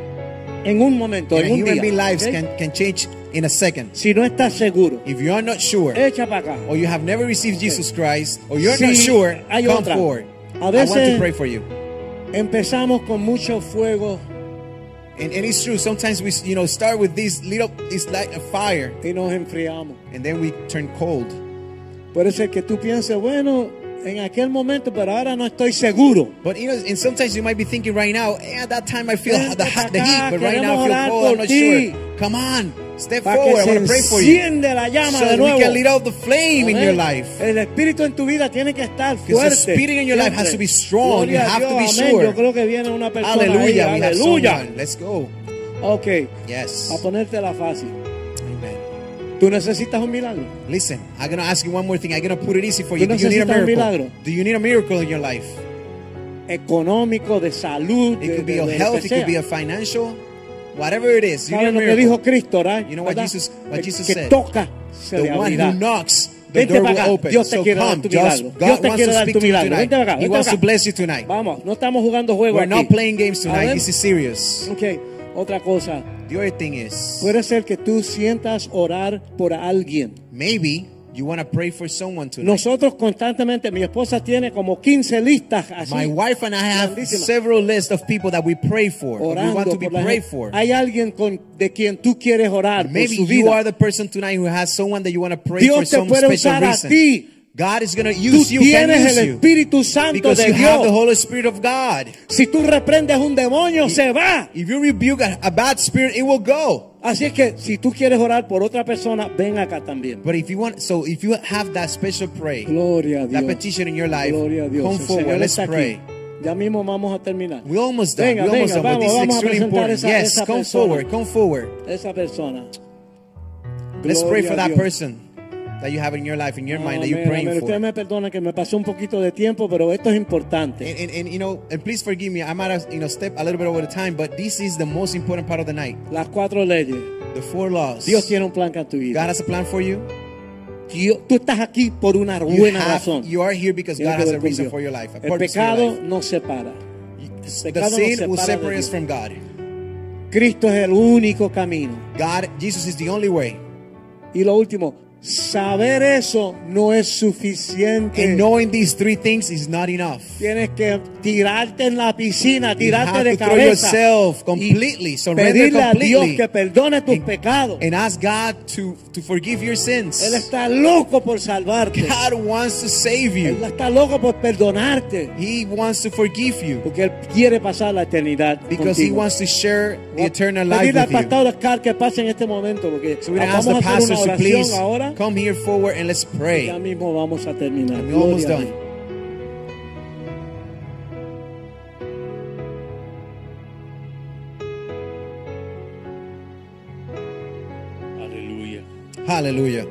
S2: en un momento,
S3: And
S2: en un
S3: human
S2: día.
S3: being lives
S2: ¿ok?
S3: can, can change in a second.
S2: Si no estás seguro,
S3: If you are not sure,
S2: echa para acá.
S3: or you have never received Jesus Christ, or you're
S2: Eh. Sí,
S3: not sure,
S2: hay
S3: come
S2: otra.
S3: forward.
S2: A
S3: I want to
S2: veces-
S3: pray for you.
S2: Empezamos con mucho fuego
S3: And, and it's true. Sometimes we, you know, start with this little, this light of fire,
S2: y nos enfriamos.
S3: and then we turn cold.
S2: Puede ser que tú pienses, bueno, en aquel momento, pero ahora no estoy seguro.
S3: But you know, and sometimes you might be thinking right now, eh, at that time I feel
S2: Vente
S3: the, hot- the
S2: pa'
S3: heat,
S2: acá,
S3: but right now
S2: queremos
S3: I feel
S2: orar
S3: cold. I'm
S2: por
S3: not
S2: ti.
S3: sure. Come on, step
S2: Para
S3: forward.
S2: que
S3: I
S2: se
S3: want to pray for you,
S2: enciende la llama
S3: so
S2: de
S3: that
S2: nuevo.
S3: we can lit out the flame in your life.
S2: El espíritu en tu vida tiene que estar
S3: the
S2: fuerte.
S3: spirit in your life has
S2: siempre.
S3: to be strong.
S2: Gloria
S3: You
S2: a
S3: have to
S2: Dios,
S3: be
S2: amén.
S3: sure.
S2: Yo creo que viene una persona
S3: Hallelujah!
S2: ahí.
S3: We have
S2: Aleluya.
S3: someone. Let's go.
S2: Ok, a
S3: Yes.
S2: ponértela fácil.
S3: Amen.
S2: Tú necesitas un milagro.
S3: Listen, I'm gonna ask you one more thing. I'm gonna put it easy for you.
S2: Tú
S3: Do you need a
S2: necesitas un
S3: miracle?
S2: milagro.
S3: Do you need a miracle in your life?
S2: Económico, de salud,
S3: It
S2: de,
S3: could be
S2: de-
S3: a
S2: de lo
S3: health.
S2: que
S3: It could
S2: sea.
S3: be a financial. Whatever it is, you need a
S2: ¿Sabes lo que
S3: miracle.
S2: dijo Cristo, right?
S3: You know what
S2: ¿Verdad?
S3: Jesus- what
S2: El
S3: Jesus
S2: que
S3: said.
S2: toca se
S3: The
S2: le
S3: one
S2: abrirá.
S3: who knocks, the
S2: Vente
S3: door
S2: para
S3: will
S2: acá.
S3: open.
S2: Dios te
S3: so
S2: quiere dar
S3: come,
S2: tu
S3: just
S2: milagro.
S3: God
S2: Dios te
S3: wants
S2: quiere
S3: to
S2: dar
S3: speak
S2: tu
S3: to you
S2: milagro.
S3: tonight.
S2: Vente para acá.
S3: He
S2: vente
S3: wants
S2: para
S3: to
S2: acá.
S3: bless you tonight.
S2: Vamos, no estamos jugando juegos
S3: We're
S2: aquí.
S3: not playing games
S2: A
S3: tonight.
S2: ver.
S3: This is serious.
S2: Ok, otra cosa.
S3: The other thing is,
S2: Puede ser que tú sientas orar por alguien.
S3: maybe you want to pray for someone tonight.
S2: Nosotros constantemente, mi esposa tiene como 15 listas así.
S3: My wife and I have
S2: Grandísima.
S3: several lists of people that we pray for. that
S2: orando
S3: we want to be
S2: por la
S3: prayed
S2: gente.
S3: for.
S2: Hay alguien con, de quien tú quieres orar por
S3: Maybe
S2: su
S3: you
S2: vida.
S3: are the person tonight who has someone that you want to pray
S2: Dios
S3: for
S2: te
S3: some
S2: puede
S3: special
S2: usar a
S3: reason.
S2: ti.
S3: God is going to
S2: tú
S3: use you, can
S2: tienes
S3: use
S2: el
S3: you.
S2: Espíritu Santo
S3: Because
S2: de
S3: you have the
S2: Dios.
S3: Holy Spirit of God.
S2: Si tú reprendes un demonio, se va.
S3: If you rebuke a, a bad spirit, it will go.
S2: Así es que si tú quieres orar por otra persona, ven acá también.
S3: But if you want, so if you have that special prayer,
S2: Gloria a Dios.
S3: that petition in your life,
S2: Gloria a Dios.
S3: come
S2: El
S3: forward.
S2: Señor
S3: Let's
S2: está
S3: pray.
S2: aquí. Ya mismo vamos a terminar.
S3: We're almost done.
S2: Venga,
S3: We're almost
S2: venga, vamos,
S3: done. but this
S2: vamos
S3: is
S2: a
S3: extremely
S2: presentar
S3: important.
S2: esa-
S3: yes,
S2: esa
S3: come
S2: persona.
S3: forward. Come forward.
S2: Esa persona.
S3: Let's pray
S2: Gloria
S3: for
S2: a
S3: that
S2: Dios.
S3: person that you have in your life, in your mind, that you're
S2: Amén,
S3: praying
S2: amén.
S3: for.
S2: Ustedes me perdonan que me pasé un poquito de tiempo, pero esto es importante.
S3: And, and, and you know, and please forgive me. I might have you know step a little bit over the time, but this is the most important part of the night.
S2: Las cuatro leyes.
S3: The four laws.
S2: Dios tiene un plan con tu
S3: God
S2: vida.
S3: has a plan for you.
S2: Dios- tú estás aquí por una
S3: You,
S2: buena
S3: have-
S2: razón.
S3: you are here because
S2: Tiene
S3: God
S2: que
S3: has
S2: ver
S3: a
S2: con
S3: reason
S2: Dios.
S3: for your life. A
S2: El
S3: purpose for your
S2: pecado
S3: life.
S2: nos separa.
S3: The
S2: pecado nos
S3: sin
S2: separa
S3: will
S2: de
S3: separate
S2: Dios.
S3: us from God.
S2: Cristo es el único camino.
S3: God, Jesus is the only way.
S2: Y lo último, saber eso no es suficiente.
S3: And knowing these three things is not enough.
S2: Tienes que tirarte en la piscina,
S3: You
S2: tirarte
S3: have
S2: de
S3: to throw
S2: cabeza.
S3: yourself
S2: y
S3: completely, surrender
S2: Pedirle a Dios
S3: completely,
S2: que perdone tus pecados.
S3: and ask God to to forgive your sins.
S2: Él está loco por salvarte.
S3: God wants to save
S2: Él
S3: you.
S2: está loco por perdonarte.
S3: He wants to forgive you.
S2: Porque Él quiere pasar la eternidad
S3: because he
S2: contigo.
S3: wants to share the eternal life
S2: Pedirle al
S3: with you.
S2: pastor Oscar que pase en este momento. Porque
S3: So we're going to ask
S2: vamos
S3: the
S2: a hacer
S3: pastor
S2: una
S3: to
S2: oración
S3: please
S2: ahora.
S3: come here forward and let's
S2: Ya
S3: pray.
S2: mismo vamos a terminar.
S3: We're almost
S2: Gloria a Dios.
S3: done.
S4: Aleluya.
S3: Hallelujah.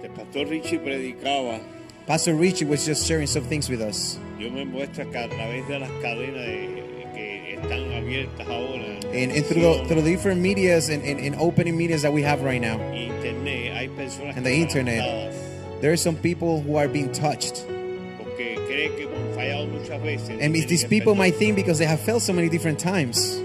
S5: Que Pastor Richie predicaba,
S3: Pastor Richie was just sharing some things with us.
S5: Dios me muestra que a través de las cadenas de- que están abiertas ahora,
S3: And, and through, the, through the different medias and, and, and opening medias that we have right now,
S5: internet, hay personas
S3: And the
S5: que están
S3: internet.
S5: atadas
S3: there are some people who are being touched.
S5: porque creen que hemos fallado muchas veces.
S3: And
S5: tienen
S3: these
S5: que
S3: people might
S5: perdonar.
S3: think because they have failed so many different times.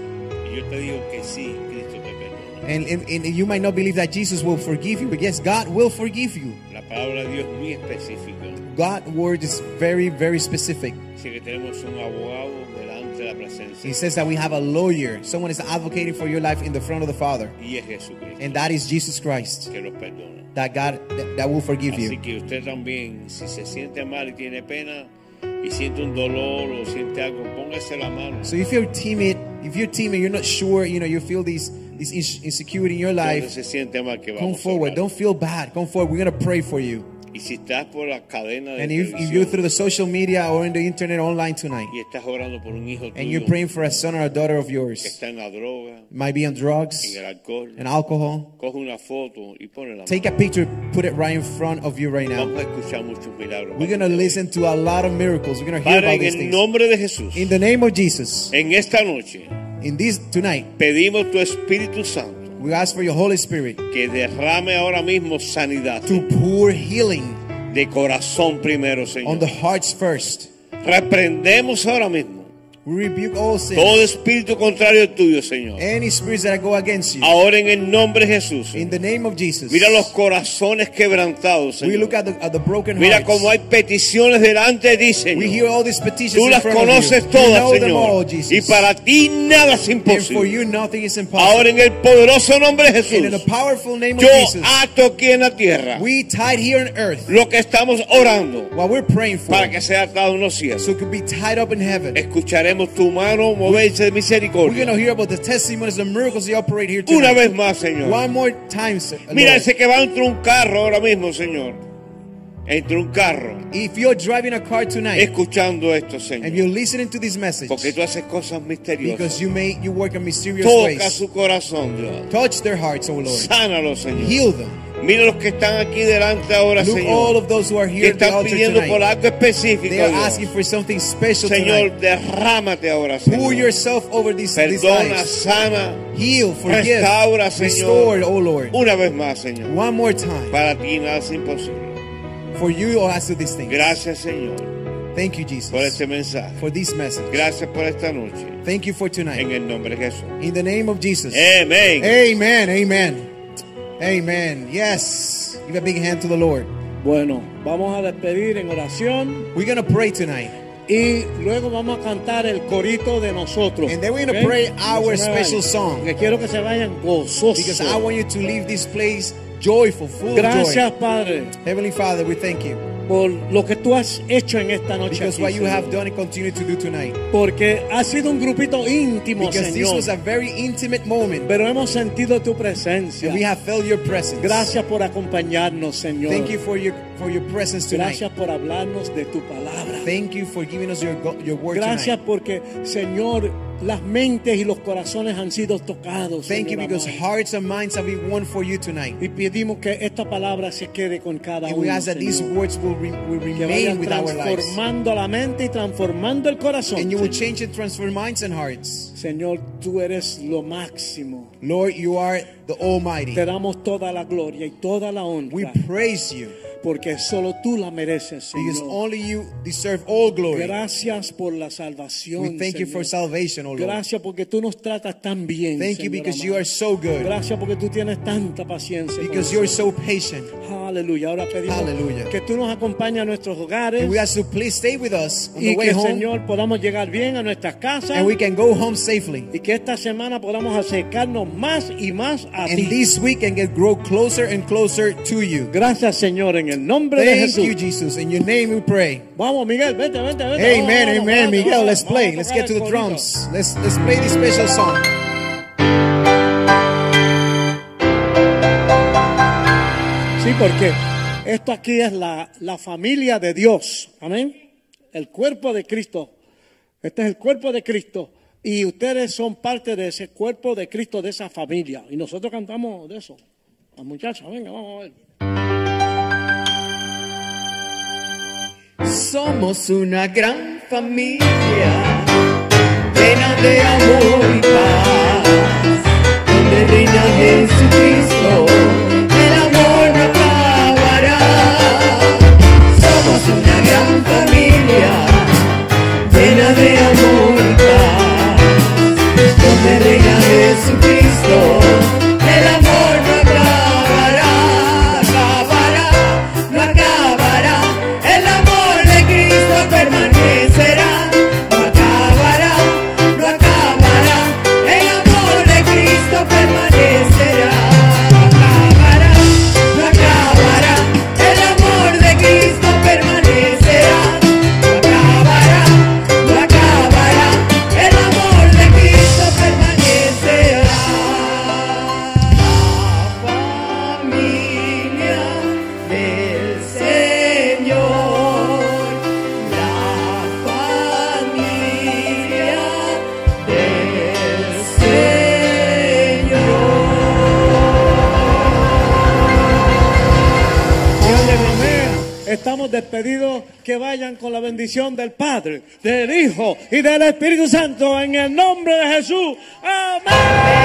S5: Y yo te digo que sí, Cristo te perdona.
S3: And, and, and you might not believe that Jesus will forgive you, but yes, God will forgive you.
S5: La palabra de Dios es muy específica.
S3: God's word is very, very specific.
S5: Dice que tenemos un abogado delante de la presencia.
S3: He says that we have a lawyer, someone is advocating for your life in the front of the Father.
S5: y es Jesucristo
S3: And that is Jesus Christ,
S5: que los perdona.
S3: that God that, that will forgive
S5: Así
S3: you.
S5: que usted también, si se siente mal y tiene pena y siente un dolor o siente algo, póngase la mano.
S3: So if you're timid, if you're timid, you're not sure, you know, you feel these this ins- insecurity in your
S5: Cuando
S3: life,
S5: se siente mal que
S3: come
S5: vamos a
S3: forward.
S5: orar.
S3: Don't feel bad. Come forward. We're gonna pray for you.
S5: Y si estás por la cadena de
S3: And if, if you're
S5: televisión
S3: through the social media or in the internet online tonight,
S5: y estás orando por un hijo
S3: and
S5: tuyo
S3: you're praying for a son or a daughter of
S5: que
S3: yours,
S5: está en la droga,
S3: might be on drugs
S5: en el alcohol,
S3: and alcohol,
S5: coge una foto y pone la
S3: take
S5: mano.
S3: a picture, put it right in front of you right now.
S5: Vamos a escuchar muchos milagros.
S3: We're gonna listen to a lot of miracles. We're gonna hear
S5: Padre,
S3: about
S5: en
S3: these
S5: el
S3: things.
S5: nombre de Jesús,
S3: In the name of Jesus,
S5: en esta noche,
S3: in this tonight,
S5: pedimos tu Espíritu Santo
S3: we ask for your Holy Spirit
S5: que derrame ahora mismo sanidad
S3: to pour healing
S5: de corazón primero,
S3: on
S5: Señor.
S3: the hearts first.
S5: Reprendemos ahora mismo
S3: We rebuke all
S5: todo
S3: sin,
S5: espíritu contrario tuyo, Señor.
S3: any spirits that go against you.
S5: Ahora en el nombre de Jesús.
S3: In
S5: Señor.
S3: the name of Jesus,
S5: Mira los corazones quebrantados,
S3: we
S5: Señor.
S3: look at the, at the broken
S5: Mira cómo hay
S3: hearts.
S5: peticiones delante de ti,
S3: We hear
S5: Señor.
S3: all these petitions
S5: Tú
S3: in
S5: las
S3: front of you.
S5: conoces
S3: You
S5: todas,
S3: know them all,
S5: Señor. Y
S3: Jesus.
S5: para ti nada es
S3: And for
S5: imposible.
S3: you nothing is
S5: Ahora
S3: impossible.
S5: en el poderoso nombre de
S3: And in the
S5: Jesús,
S3: powerful name of
S5: yo
S3: Jesus,
S5: ato aquí en la tierra
S3: we tied here on earth
S5: lo que estamos orando
S3: what we're praying for,
S5: para que sea atado en los cielos.
S3: so it could be tied up in heaven.
S5: Escucharemos tu mano moverse de
S3: We're going to
S5: misericordia.
S3: hear about the testimonies and miracles that operate here tonight.
S5: Una vez más, Señor.
S3: One more time, sir.
S5: Mira
S3: Lord.
S5: ese que va entre un carro ahora mismo, Señor. Entre un carro.
S3: If you're driving a car tonight
S5: Escuchando esto,
S3: and
S5: Señor.
S3: you're listening to this message,
S5: Porque tú haces cosas misteriosas.
S3: because you may you work in mysterious
S5: Toca
S3: ways,
S5: su corazón, Dios.
S3: touch their hearts, oh Lord.
S5: Sánalo, Señor.
S3: Heal them.
S5: Mira los que están aquí delante ahora,
S3: Look all
S5: Señor.
S3: of those who are
S5: Que
S3: here at the
S5: están
S3: altar
S5: pidiendo por
S3: tonight.
S5: algo específico,
S3: They are asking
S5: Dios.
S3: for something special tonight.
S5: Señor, derrámate ahora,
S3: Pour
S5: Señor.
S3: yourself over these, these
S5: Perdona,
S3: lives.
S5: sana,
S3: Heal, forgive,
S5: restaura,
S3: restore, oh
S5: Señor.
S3: Lord.
S5: Una vez más, Señor.
S3: One more time.
S5: Para ti nada es imposible.
S3: For you, oh, ask for these things.
S5: Gracias, Señor,
S3: Thank you,
S5: por
S3: Jesus,
S5: este mensaje.
S3: for this message.
S5: Gracias por esta noche.
S3: Thank you for
S5: En
S3: tonight.
S5: el nombre de Jesús.
S3: In the name of Jesus.
S5: Amén.
S3: Amen. Amen. Amen. Yes. Give a big hand to the Lord.
S2: Bueno, vamos a despedir en oración
S3: We're going to pray tonight.
S2: y luego vamos a cantar el corito de nosotros.
S3: And then we're gonna
S2: ¿ok?
S3: pray our
S2: No se me
S3: special
S2: vayan,
S3: song.
S2: porque quiero que se vayan gozosos.
S3: Because I want you to leave this place joyful, full
S2: Gracias,
S3: of
S2: Padre,
S3: joy. Heavenly Father, we thank you.
S2: por lo que tú has hecho en esta noche.
S3: Because
S2: aquí,
S3: what you
S2: Señor.
S3: have done and continue to do tonight.
S2: Porque ha sido un grupito íntimo,
S3: Because this
S2: Señor.
S3: was a very intimate moment.
S2: Pero hemos sentido tu presencia.
S3: And we have felt your presence.
S2: Gracias por acompañarnos, Señor.
S3: Thank you for your for your presence tonight.
S2: Gracias por hablarnos de tu palabra.
S3: Thank you for giving us your go- your word
S2: Gracias
S3: tonight.
S2: porque, Señor, las mentes y los corazones han sido tocados.
S3: Thank you
S2: Señor
S3: because
S2: amado.
S3: hearts and minds have been won for you tonight.
S2: Y pedimos que esta palabra se quede con cada
S3: And
S2: uno.
S3: we ask that these
S2: Señor.
S3: words will, re- will
S2: que
S3: remain
S2: vayan
S3: with our lives.
S2: transformando la mente y transformando el corazón.
S3: And you will
S2: Señor.
S3: change and transform minds and hearts.
S2: Señor, tú eres lo máximo.
S3: Lord, you are the
S2: Te
S3: Almighty.
S2: damos toda la gloria y toda la
S3: We
S2: honra.
S3: praise you
S2: Porque solo tú la mereces,
S3: because
S2: Señor.
S3: only you deserve all glory.
S2: Gracias por la salvación.
S3: We thank you
S2: Señor.
S3: for salvation, O Lord.
S2: Gracias porque tú nos tratas tan bien.
S3: Thank
S2: Señor
S3: you because
S2: amado.
S3: you are so good,
S2: Gracias porque tú tienes tanta paciencia. con
S3: because you're
S2: nosotros.
S3: so patient.
S2: Aleluya. Ahora pedimos
S3: Aleluya.
S2: que tú nos acompañes a nuestros hogares
S3: And we ask you, please stay with us on
S2: y
S3: the way
S2: que
S3: home,
S2: Señor podamos llegar bien a nuestras casas
S3: and we can go home safely.
S2: y que esta semana podamos acercarnos más y más a
S3: And
S2: ti.
S3: this week can get grow closer and closer to you.
S2: Gracias, Señor, en el nombre de
S3: Thank
S2: Jesús.
S3: you, Jesus. In your name we pray.
S2: Vamos, Miguel, vete, vete, vete. Vamos,
S3: Amen,
S2: vamos,
S3: amen.
S2: vamos,
S3: Miguel,
S2: vamos, vamos
S3: let's
S2: a
S3: play. Let's
S2: tocar
S3: get to
S2: el
S3: the
S2: corito.
S3: drums. Let's let's play this special song.
S2: Sí, porque esto aquí es la, la familia de Dios. Amén. El cuerpo de Cristo. Este es el cuerpo de Cristo. Y ustedes son parte de ese cuerpo de Cristo, de esa familia. Y nosotros cantamos de eso. La muchacha, venga, vamos a ver.
S6: Somos una gran familia llena de amor y paz, donde reina Jesucristo. El amor no acabará. Somos una gran familia llena de amor y paz, donde reina Jesucristo. El amor no acabará, acabará, no acabará. El amor de Cristo permanecerá, no acabará, no acabará. El amor de Cristo permanecerá, no acabará, no acabará. El amor de Cristo permanecerá, no acabará, no acabará. El amor de Cristo permanecerá. Familia del Señor, la familia del Señor.
S2: Dios les bendiga. Estamos despedidos. Que vayan con la bendición del Padre, del Hijo y del Espíritu Santo en el nombre de Jesús. Amén.